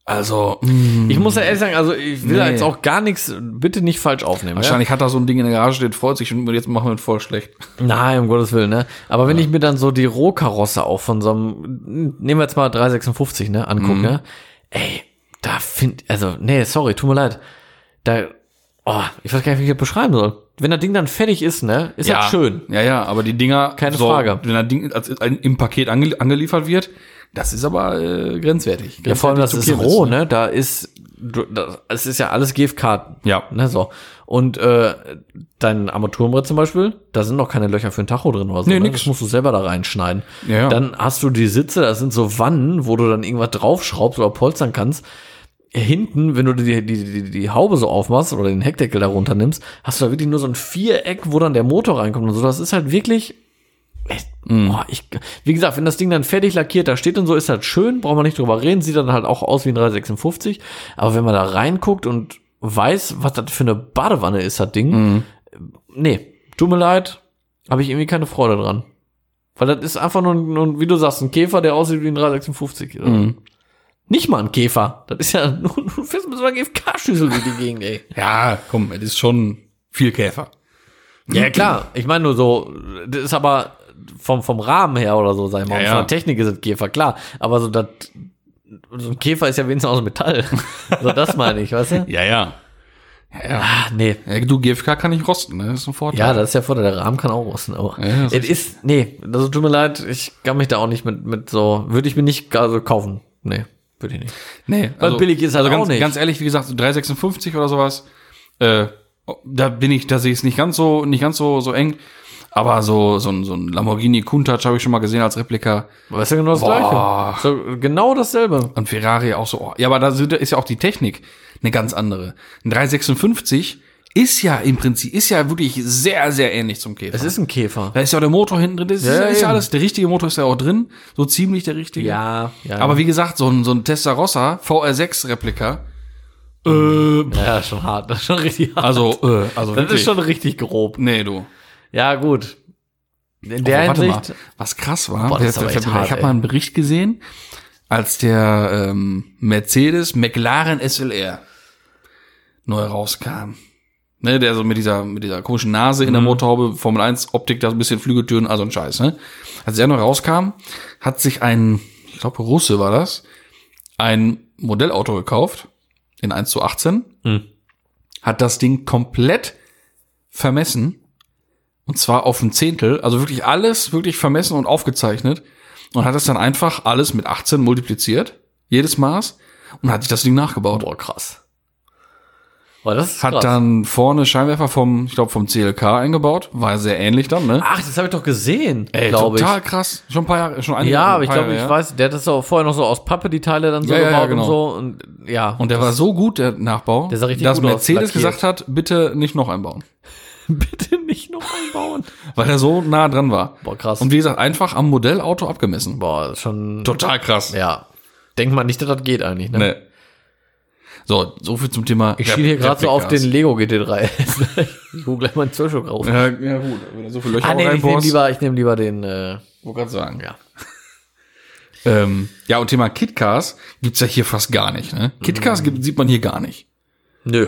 Also, mh,
ich muss ja ehrlich sagen, also ich will da
Nee.
jetzt auch gar nichts bitte nicht falsch aufnehmen. Ja?
wahrscheinlich hat da so ein Ding in der Garage steht, freut sich und jetzt machen wir ihn voll schlecht.
Nein, um Gottes Willen, ne? Aber wenn ich mir dann so die Rohkarosse auch von so einem, nehmen wir jetzt mal 356, ne,
Mhm.
angucken, ne? Ey, da find, also, nee, sorry, tut mir leid. Da, oh, ich weiß gar nicht, wie ich das beschreiben soll. Wenn das Ding dann fertig ist, ne, ist das schön.
Ja, ja, aber die Dinger,
Keine Frage.
wenn das Ding als, ein, im Paket ange, angeliefert wird, das ist aber äh, grenzwertig.
Ja, vor allem, das ist
Grenzwertig zu
roh,
Kirmes,
ne? Da ist, du- das, es ist ja alles GFK.
Ja.
Ne, so. Und äh, dein Armaturenbrett zum Beispiel, da sind noch keine Löcher für ein Tacho drin oder so.
Nee,
ne?
nix.
Das musst du selber da reinschneiden.
Ja, ja.
Dann hast du die Sitze, das sind so Wannen, wo du dann irgendwas draufschraubst oder polstern kannst. Hinten, wenn du die, die, die, die Haube so aufmachst oder den Heckdeckel da runter nimmst, hast du da wirklich nur so ein Viereck, wo dann der Motor reinkommt und so. Das ist halt wirklich Echt?
Mhm.
Boah, ich, wie gesagt, wenn das Ding dann fertig lackiert da steht und so, ist das schön, braucht man nicht drüber reden, sieht dann halt auch aus wie ein 356. Aber wenn man da reinguckt und weiß, was das für eine Badewanne ist, das Ding,
Mhm.
äh, nee, tut mir leid, habe ich irgendwie keine Freude dran. Weil das ist einfach nur, ein- nur, ein- wie du sagst, ein Käfer, der aussieht wie ein 356. Nicht mal ein Käfer. Das ist ja nur, du fährst mit so einer GFK-Schüssel durch die Gegend, ey.
ne? Ja, komm, es ist schon viel Käfer.
Ja, klar. Ich meine nur so, das ist aber vom, vom Rahmen her oder so, sag ich mal.
Ja,
Und
ja.
Von der Technik ist es Käfer, klar. Aber so, das, so ein Käfer ist ja wenigstens aus Metall. so, das meine ich, weißt du?
Ja, ja.
Ah, nee.
ja du, GFK kann nicht rosten, ne? Das ist ein Vorteil.
Ja, das ist ja vor der Rahmen kann auch rosten, aber
Ja, das
es ist, nee, also tut mir leid, ich kann mich da auch nicht mit, mit so, würde ich mir nicht gar so kaufen. Nee, würde ich nicht.
nee,
weil billig ist halt
also ganz,
auch nicht.
Ganz ehrlich, wie gesagt, so 356 oder sowas, äh, da bin ich, da sehe ich es nicht ganz so, nicht ganz so, so eng. Aber so, so ein, so ein Lamborghini Countach habe ich schon mal gesehen als Replika.
Aber ist ja genau das
Boah.
Gleiche. So, genau dasselbe.
Und Ferrari auch so. Oh, ja, aber da sind- ist ja auch die Technik eine ganz andere. Ein 356 ist ja im Prinzip, ist ja wirklich sehr, sehr ähnlich zum Käfer.
Es ist ein Käfer.
da ist ja auch der Motor hinten drin, das ist,
Ja,
ja, ist ja
eben.
alles. Der richtige Motor ist ja auch drin, so ziemlich der richtige.
ja.
Aber wie gesagt, so ein, so ein Testarossa VR6-Replika, äh,
ja, schon hart, das ist schon richtig hart.
also, äh, also
Mhm. das ist schon richtig grob.
Nee, du.
Ja, gut. In der
Aber warte mal,
Hinsicht.
was krass war,
Boah, das ist aber
ich,
echt hart,
ich habe
ey.
mal einen Bericht gesehen, als der ähm, Mercedes McLaren SLR neu rauskam. Ne, der so mit dieser, mit dieser komischen Nase in der
Mhm.
Motorhaube, Formel 1 Optik, da so ein bisschen Flügeltüren, also ein Scheiß, ne? Als der neu rauskam, hat sich ein, ich glaube Russe war das, ein Modellauto gekauft, in 1 zu 18,
Hm.
hat das Ding komplett vermessen, und zwar auf ein Zehntel, also wirklich alles wirklich vermessen und aufgezeichnet und hat das dann einfach alles mit 18 multipliziert, jedes Maß und hat sich das Ding nachgebaut.
Boah, krass. Boah, das ist
Hat
krass.
dann vorne Scheinwerfer vom, ich glaube, vom CLK eingebaut. War sehr ähnlich dann, ne?
Ach, das habe ich doch gesehen, glaube Ah, ich.
Total krass. Schon ein paar Jahre, schon einige
Ja, aber ich
paar
glaube,
Jahre
ich
her.
weiß, der hat das auch vorher noch so aus Pappe die Teile dann so
Ja, ja,
gebaut
ja,
und
genau.
so und ja.
Und der war so gut, der Nachbau,
Der sah richtig
dass
gut aus,
Mercedes
lackiert.
gesagt hat, bitte nicht noch einbauen.
bitte nicht noch einbauen.
Weil er so nah dran war.
Boah, krass.
Und wie gesagt, einfach am Modellauto abgemessen.
Boah, das ist schon
Total krass.
ja. Denkt man nicht, dass das geht eigentlich, ne?
Nee. So, so viel zum Thema.
Ich schiele hier gerade so auf den Lego GT3. ich hole gleich mal einen Zwölfschock rauf.
Ja, ja gut, wenn du so viele Löcher
Ah,
ah,
nee, ich nehme
reinbohrst,
lieber, ich nehm lieber den, äh,
wollte gerade sagen.
ja.
Ähm, ja, und Thema Kitcars gibt's ja hier fast gar nicht.
Mhm.
Ne? Kitcars gibt, sieht man hier gar nicht.
Nö.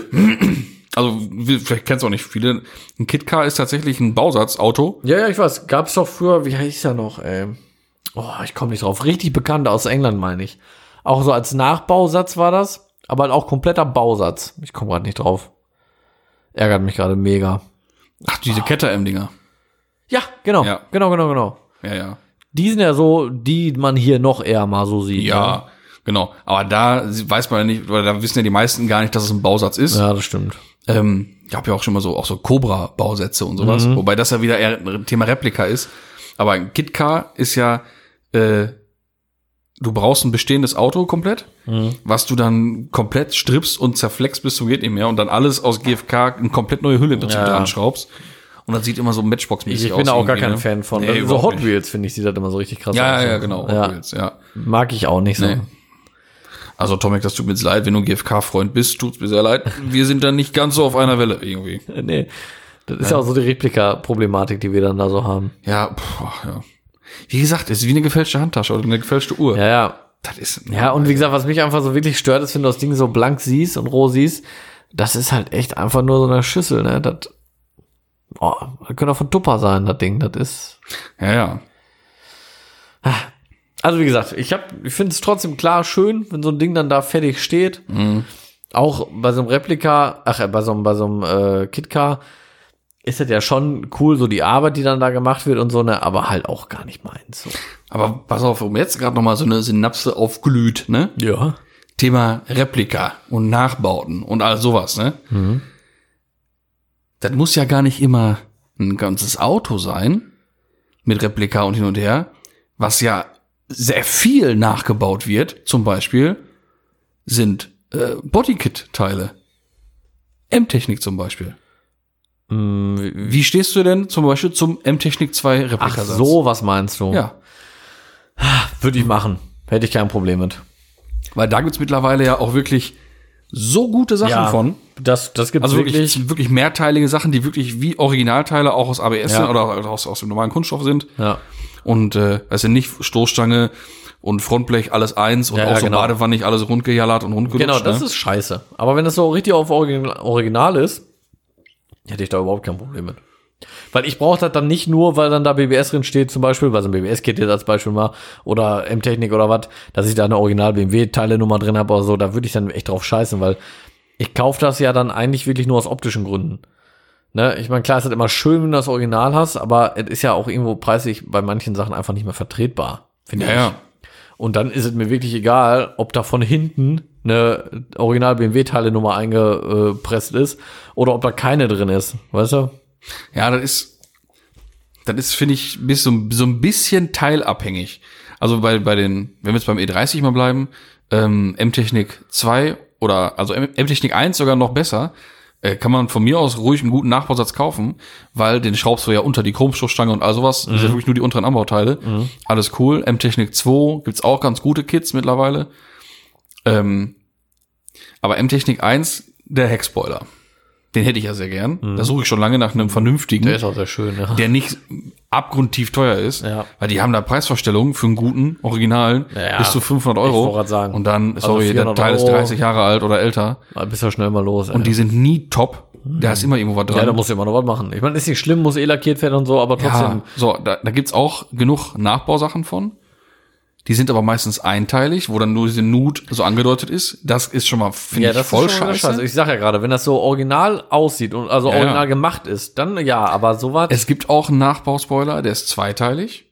Also, wir- vielleicht kennst du auch nicht viele. Ein Kitcar ist tatsächlich ein Bausatzauto.
Ja, ja, ich weiß. Gab's doch früher, wie heißt er noch, ey? Oh, ich komme nicht drauf. Richtig bekannt aus England, meine ich. Auch so als Nachbausatz war das, aber halt auch kompletter Bausatz. Ich komme gerade nicht drauf. Ärgert mich gerade mega.
Ach,
Ah.
diese Caterham-Dinger.
Ja, genau.
Ja.
Genau, genau, genau.
Ja, ja.
Die sind ja so, die man hier noch eher mal so sieht. Ne?
Ja, genau. Aber da weiß man ja nicht, oder da wissen ja die meisten gar nicht, dass es ein Bausatz ist.
Ja, das stimmt.
Ähm, ich habe ja auch schon mal so auch so Cobra-Bausätze und sowas,
Mhm.
wobei das ja wieder eher ein Thema Replika ist. Aber ein Kitcar ist ja, äh, du brauchst ein bestehendes Auto komplett,
Mhm.
was du dann komplett strippst und zerflext bis zum geht nicht mehr und dann alles aus GFK eine komplett neue Hülle im Prinzip
Ja.
dran schraubst. Und das sieht immer so
Ich,
Matchbox-mäßig aus.
bin da auch gar
irgendwie,
kein
ne?
Fan von. Also
Nee,
so
überhaupt
Hot
nicht.
Wheels finde ich, sieht das immer so richtig krass
Ja,
aus. ne?
ja, genau.
Ja.
Hot Wheels, ja.
Mag ich auch nicht so.
Nee. Also Tomek, das tut mir jetzt leid, wenn du GFK-Freund bist, tut's mir sehr leid. Wir sind dann nicht ganz so auf einer Welle irgendwie.
Nee. Das ist ja auch so die Replika-Problematik, die wir dann da so haben.
Ja, pff, ja. Wie gesagt, es ist wie eine gefälschte Handtasche oder eine gefälschte Uhr.
Ja, ja.
Das ist
Ja, und wie gesagt, was mich einfach so wirklich stört, ist, wenn du das Ding so blank siehst und roh siehst, das ist halt echt einfach nur so eine Schüssel, ne? Das, oh, das könnte auch von Tupper sein, das Ding, das ist.
ja, ja.
Also wie gesagt, ich hab, ich finde es trotzdem klar schön, wenn so ein Ding dann da fertig steht.
Mhm.
Auch bei so einem Replika, ach, äh, bei so einem, bei so einem äh, Kitcar ist das ja schon cool, so die Arbeit, die dann da gemacht wird und so, ne? Aber halt auch gar nicht meins. So.
Aber pass auf, um jetzt gerade noch mal so eine Synapse aufglüht, ne?
Ja.
Thema Replika und Nachbauten und all sowas, ne? Das muss ja gar nicht immer ein ganzes Auto sein mit Replika und hin und her, was ja sehr viel nachgebaut wird. Zum Beispiel sind äh, Bodykit-Teile, M-Technik zum Beispiel. Wie stehst du denn zum Beispiel zum M-Technik 2
Ach,
Replikasatz?
so was meinst du?
Ja,
Würde ich machen. Hätte ich kein Problem mit.
weil da gibt's mittlerweile ja auch wirklich so gute Sachen von.
Das, das gibt's
Also
wirklich.
wirklich, wirklich mehrteilige Sachen, die wirklich wie Originalteile auch aus ABS
Ja.
sind oder halt aus, aus dem normalen Kunststoff sind.
Ja.
Und äh, also nicht Stoßstange und Frontblech alles eins und
Ja,
auch
ja,
so
genau.
badewannig alles rundgejallert und rundgelutscht.
Genau, das
ne?
ist scheiße. Aber wenn das so richtig auf Original, Original ist, hätte ich da überhaupt kein Problem mit. Weil ich brauche das dann nicht nur, weil dann da BBS drin steht, zum Beispiel, weil so ein BBS geht jetzt als Beispiel mal, oder M-Technik oder was, dass ich da eine Original-BMW-Teilenummer drin habe oder so, da würde ich dann echt drauf scheißen, weil ich kaufe das ja dann eigentlich wirklich nur aus optischen Gründen. Ne? Ich meine, klar, es ist immer schön, wenn du das Original hast, aber es ist ja auch irgendwo preislich bei manchen Sachen einfach nicht mehr vertretbar. Finde
ja,
ich.
ja.
Und dann ist es mir wirklich egal, ob da von hinten eine original BMW-Teile-Nummer eingepresst ist oder ob da keine drin ist. Weißt du?
ja, das ist, das ist, finde ich, bis so, so ein bisschen teilabhängig. Also bei, bei den, wenn wir jetzt beim E30 mal bleiben, ähm, M-Technik 2 oder also M- M-Technik 1 sogar noch besser, äh, kann man von mir aus ruhig einen guten Nachbausatz kaufen, weil den schraubst du ja unter die Chromstoßstange und all sowas, das sind wirklich nur die unteren Anbauteile. Alles cool. M-Technik 2 gibt's auch ganz gute Kits mittlerweile. Ähm, aber M-Technik 1, der Heckspoiler. Den hätte ich ja sehr gern. Da suche ich schon lange nach einem vernünftigen
Der ist auch sehr schön, ja.
der nicht abgrundtief teuer ist,
Ja.
weil die haben da Preisvorstellungen für einen guten, originalen,
Ja.
bis zu 500
Ich
Euro.
wollte grad sagen.
Und dann,
Also
sorry, der
400
Teil ist
Euro.
30 Jahre alt oder älter
Da bist du schnell mal los.
und die sind nie top. Da ist immer irgendwo was
ja,
dran.
da musst du immer noch was machen. Ich meine, ist nicht schlimm, muss eh lackiert werden und so, aber trotzdem.
Ja, so, da, da gibt's auch genug Nachbausachen von. Die sind aber meistens einteilig, wo dann nur diese Nut so angedeutet ist. Das ist schon mal, finde ich, voll
schon wieder
scheiße.
Ich sag ja gerade, wenn das so original aussieht und also
Ja,
original
ja.
gemacht ist, dann ja, aber sowas.
Es gibt auch einen Nachbauspoiler, der ist zweiteilig.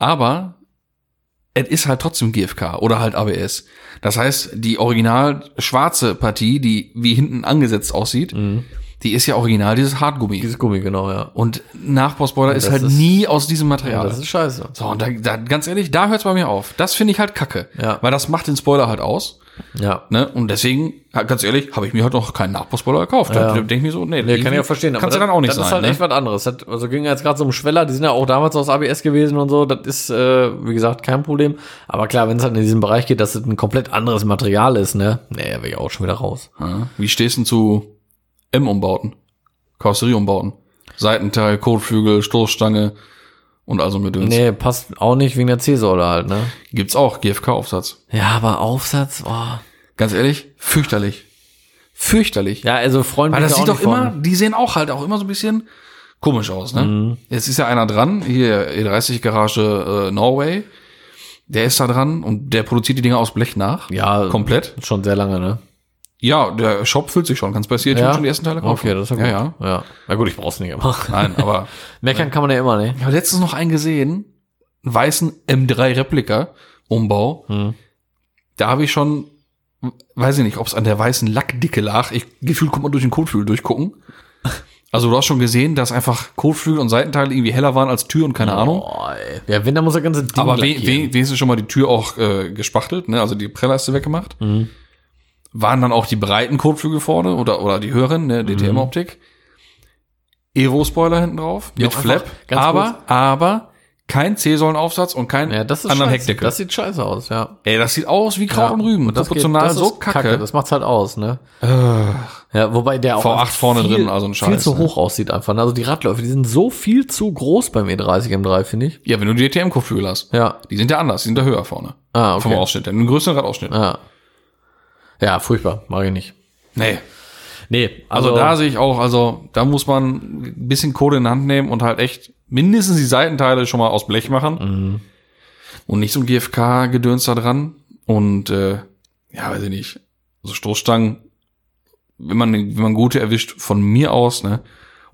Aber es ist halt trotzdem GFK oder halt ABS. Das heißt, die original schwarze Partie, die wie hinten angesetzt aussieht,
Mhm.
die ist ja original dieses Hartgummi.
Dieses Gummi, genau, ja.
und Nachbausboiler ist
das
halt
ist-
nie aus diesem Material.
Das ist scheiße.
so, und da, da, ganz ehrlich, da hört's bei mir auf. Das finde ich halt kacke.
Ja.
Weil das macht den Spoiler halt aus.
Ja.
Ne? Und deswegen, ja, ganz ehrlich, habe ich mir halt noch keinen Nachbarspoiler gekauft. Da
Ja.
denke ich mir so, nee,
Nee, kann ich ja verstehen.
Kannst du
aber
dann auch nicht
Das
sein.
ist halt
ne?
echt was anderes. Das, also ging jetzt gerade so um Schweller, die sind ja auch damals aus ABS gewesen und so. Das ist, äh, wie gesagt, kein Problem. Aber klar, wenn es halt in diesen Bereich geht, dass es ein komplett anderes Material ist, ne? Nee, da wäre ich auch schon wieder raus.
ja. Wie stehst du zu M-Umbauten? Karosserieumbauten? Seitenteil, Kotflügel, Stoßstange und also mit uns.
Nee, passt auch nicht wegen der C-Säule halt, ne?
Gibt's auch GFK-Aufsatz.
Ja, aber Aufsatz, oh.
Ganz ehrlich, fürchterlich. Fürchterlich.
Ja, also Freunde.
Weil das sieht doch immer, die sehen auch halt auch immer so ein bisschen komisch aus, ne?
Mhm.
Jetzt ist ja einer dran, hier E30 Garage äh, Norway. Der ist da dran und der produziert die Dinger aus Blech nach.
Ja,
Komplett.
Schon sehr lange, ne?
Ja, der Shop füllt sich schon. Kannst bei CRT schon die ersten Teile kaufen.
Okay, das ist ja gut.
Ja, ja.
ja. Na gut, ich brauch's nicht immer.
Nein, aber
Meckern kann man ja immer, ne?
ich habe letztens noch einen gesehen, einen weißen M3 Replika Umbau. Da habe ich schon, weiß ich nicht, ob es an der weißen Lackdicke lag. Ich gefühlt kommt man durch den Kotflügel durchgucken. Also du hast schon gesehen, dass einfach Kotflügel und Seitenteile irgendwie heller waren als Tür und keine Ahnung.
Boah, ey. Ja, wenn, dann muss er ganze Ding
Aber we
lackieren.
we wenigstens schon mal die Tür auch äh, gespachtelt, ne? also die Prellleiste weggemacht.
Mhm.
Waren dann auch die breiten Kotflügel vorne oder, oder die höheren, ne?
Mhm.
DTM-Optik. Evo-Spoiler hinten drauf mit
einfach
Flap.
ganz
aber, aber kein C-Säulenaufsatz und kein
Ja, das ist
anderen
scheiße.
Heckdecke.
Das sieht scheiße aus, ja.
Ey, das sieht aus wie Kraut und Rüben.
Und das
Proportional
geht, das
so
ist
kacke.
Das macht's halt aus, ne? Ja, wobei der auch
V8
einfach
vorne
viel,
drin, also ein
viel
Scheiß,
zu
ne?
hoch aussieht einfach. ne? Also die Radläufe, die sind so viel zu groß beim E E30 M3, finde ich.
Ja, wenn du die DTM-Kotflügel hast.
Ja.
Die sind ja anders, die sind ja höher vorne.
Ah, okay. Ah,
Vom Ausschnitt, einen größeren Radausschnitt.
Ja. Ja, furchtbar, mag ich nicht.
Nee,
Nee,
Also da sehe ich auch, also da muss man ein bisschen Kohle in die Hand nehmen und halt echt mindestens die Seitenteile schon mal aus Blech machen.
Mhm.
Und nicht so ein GFK-Gedöns da dran. Und äh, ja, weiß ich nicht. Also Stoßstangen, wenn man, wenn man gute erwischt, von mir aus, ne?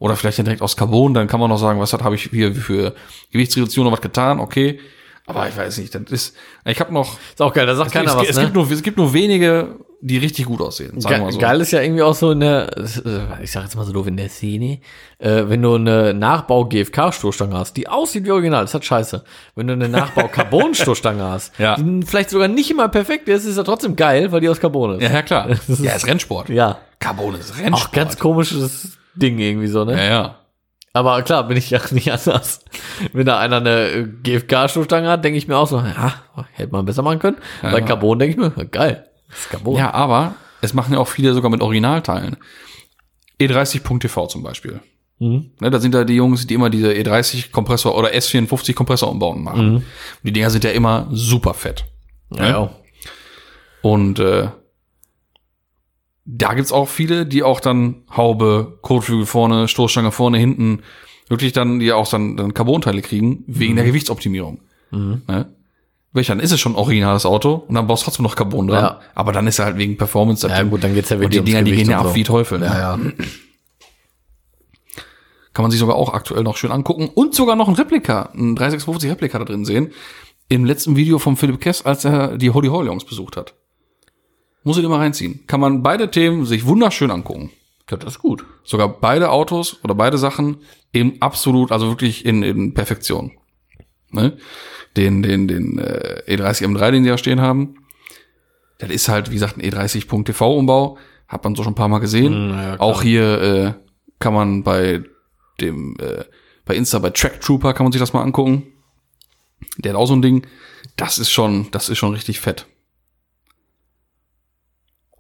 Oder vielleicht dann direkt aus Carbon, dann kann man noch sagen, was hat, habe ich hier für Gewichtsreduktion oder was getan, okay. Aber ich weiß nicht, das ist. Ich habe noch.
ist auch geil, da sagt keiner
es,
was,
es,
ne?
gibt nur, es gibt nur wenige, die richtig gut aussehen. Sagen wir
Ge
mal so.
Geil ist ja irgendwie auch so eine, ich sag jetzt mal so doof in der Szene, äh, wenn du eine Nachbau-GFK-Stoßstange hast, die aussieht wie original, ist halt scheiße. Wenn du eine Nachbau-Carbon-Stoßstange hast,
Ja.
die vielleicht sogar nicht immer perfekt ist, ist ja trotzdem geil, weil die aus Carbon ist.
Ja, ja, klar.
ist-
ja, ist Rennsport.
Ja.
Carbon ist
Auch
Rennsport.
ganz komisches Ding irgendwie so, ne?
ja, ja.
Aber klar, bin ich ja nicht anders. Wenn da einer eine GFK-Stoßstange hat, denke ich mir auch so, ja, hätte man besser machen können. Bei Carbon denke ich mir, geil, ist Carbon.
genau. Ja, aber es machen ja auch viele sogar mit Originalteilen. E E30.tv zum Beispiel.
Mhm.
Ne, da sind da die Jungs, die immer diese E30-Kompressor oder S54-Kompressor umbauen machen. Und die Dinger sind ja immer super fett.
Mhm.
ne?
Ja, ja.
Und äh, da gibt's auch viele, die auch dann Haube, Kotflügel vorne, Stoßstange vorne, hinten, wirklich dann, die auch dann, dann Carbonteile kriegen, wegen
Mhm.
der Gewichtsoptimierung. Ne? Welch, dann ist es schon ein originales Auto und dann baust du trotzdem noch Carbon dran.
Ja.
Aber dann ist er halt wegen Performance
Ja, gut, dann geht's ja
Und
wirklich
die Dinger,
ums
die
Gewicht
gehen ja
und
ab
so.
wie Teufel. Ne?
ja.
Kann man sich sogar auch aktuell noch schön angucken und sogar noch ein Replika, ein 3650 Replika da drin sehen. Im letzten Video von Philipp Kess, als er die Holy Holy Jungs besucht hat. Muss ich dir mal reinziehen. Kann man beide Themen sich wunderschön angucken.
Ja, Das ist gut.
Sogar beide Autos oder beide Sachen eben absolut, also wirklich in, in Perfektion. Ne? Den, den, den äh, E30 M3, den die da stehen haben, das ist halt, wie gesagt, ein E30.tv-Umbau. Hat man so schon ein paar Mal
Hm,
gesehen. Auch hier äh, kann man bei dem, äh, bei Insta, bei Track Trooper kann man sich das mal angucken. Der hat auch so ein Ding. Das ist schon, das ist schon richtig fett.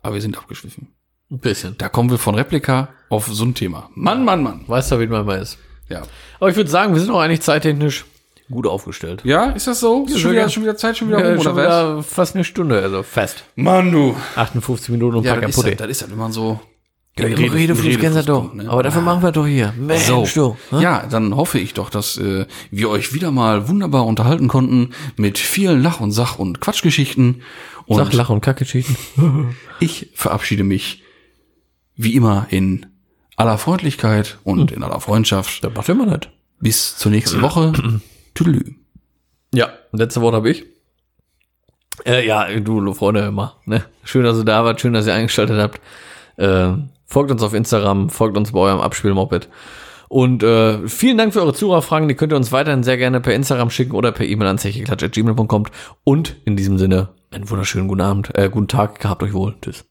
Aber wir sind abgeschwiffen.
Ein bisschen.
Da kommen wir von Replika auf so ein Thema. Mann, Mann, Mann.
Weißt du, wie man mal ist.
Ja.
Aber ich würde sagen, wir sind auch eigentlich zeittechnisch gut aufgestellt.
Ja, ist das so? Ist
sehr
schon, wieder,
gerne.
schon wieder Zeit, schon wieder
Ja,
rum,
schon
oder was?
wieder fast eine Stunde, also fest.
Mann, du.
58 Minuten und
Ja,
Packer
das ist,
Pudding.
das, das ist das, wenn man so. ne?
dafür machen wir doch hier. äh, Mensch,
so.
du. ne? Ja.
Ja, dann hoffe ich doch, dass äh, wir euch wieder mal wunderbar unterhalten konnten mit vielen Lach- und Sach- und Quatschgeschichten. Und
Sag Lach- und Kackgeschichten.
ich verabschiede mich wie immer in aller Freundlichkeit und
Hm.
in aller Freundschaft.
Das macht immer nicht.
Bis zur nächsten Woche. Tüdelü.
Ja, letzte Wort habe ich. Äh, ja, du, Freunde, immer. Ne? Schön, dass ihr da wart, schön, dass ihr eingeschaltet habt. Äh, folgt uns auf Instagram, folgt uns bei eurem Abspielmoped. Und äh, vielen Dank für eure Zuhörerfragen. Die könnt ihr uns weiterhin sehr gerne per Instagram schicken oder per E-Mail an zecheklatsch.gmail.com. Und in diesem Sinne, einen wunderschönen guten Abend, äh, guten Tag, gehabt euch wohl. Tschüss.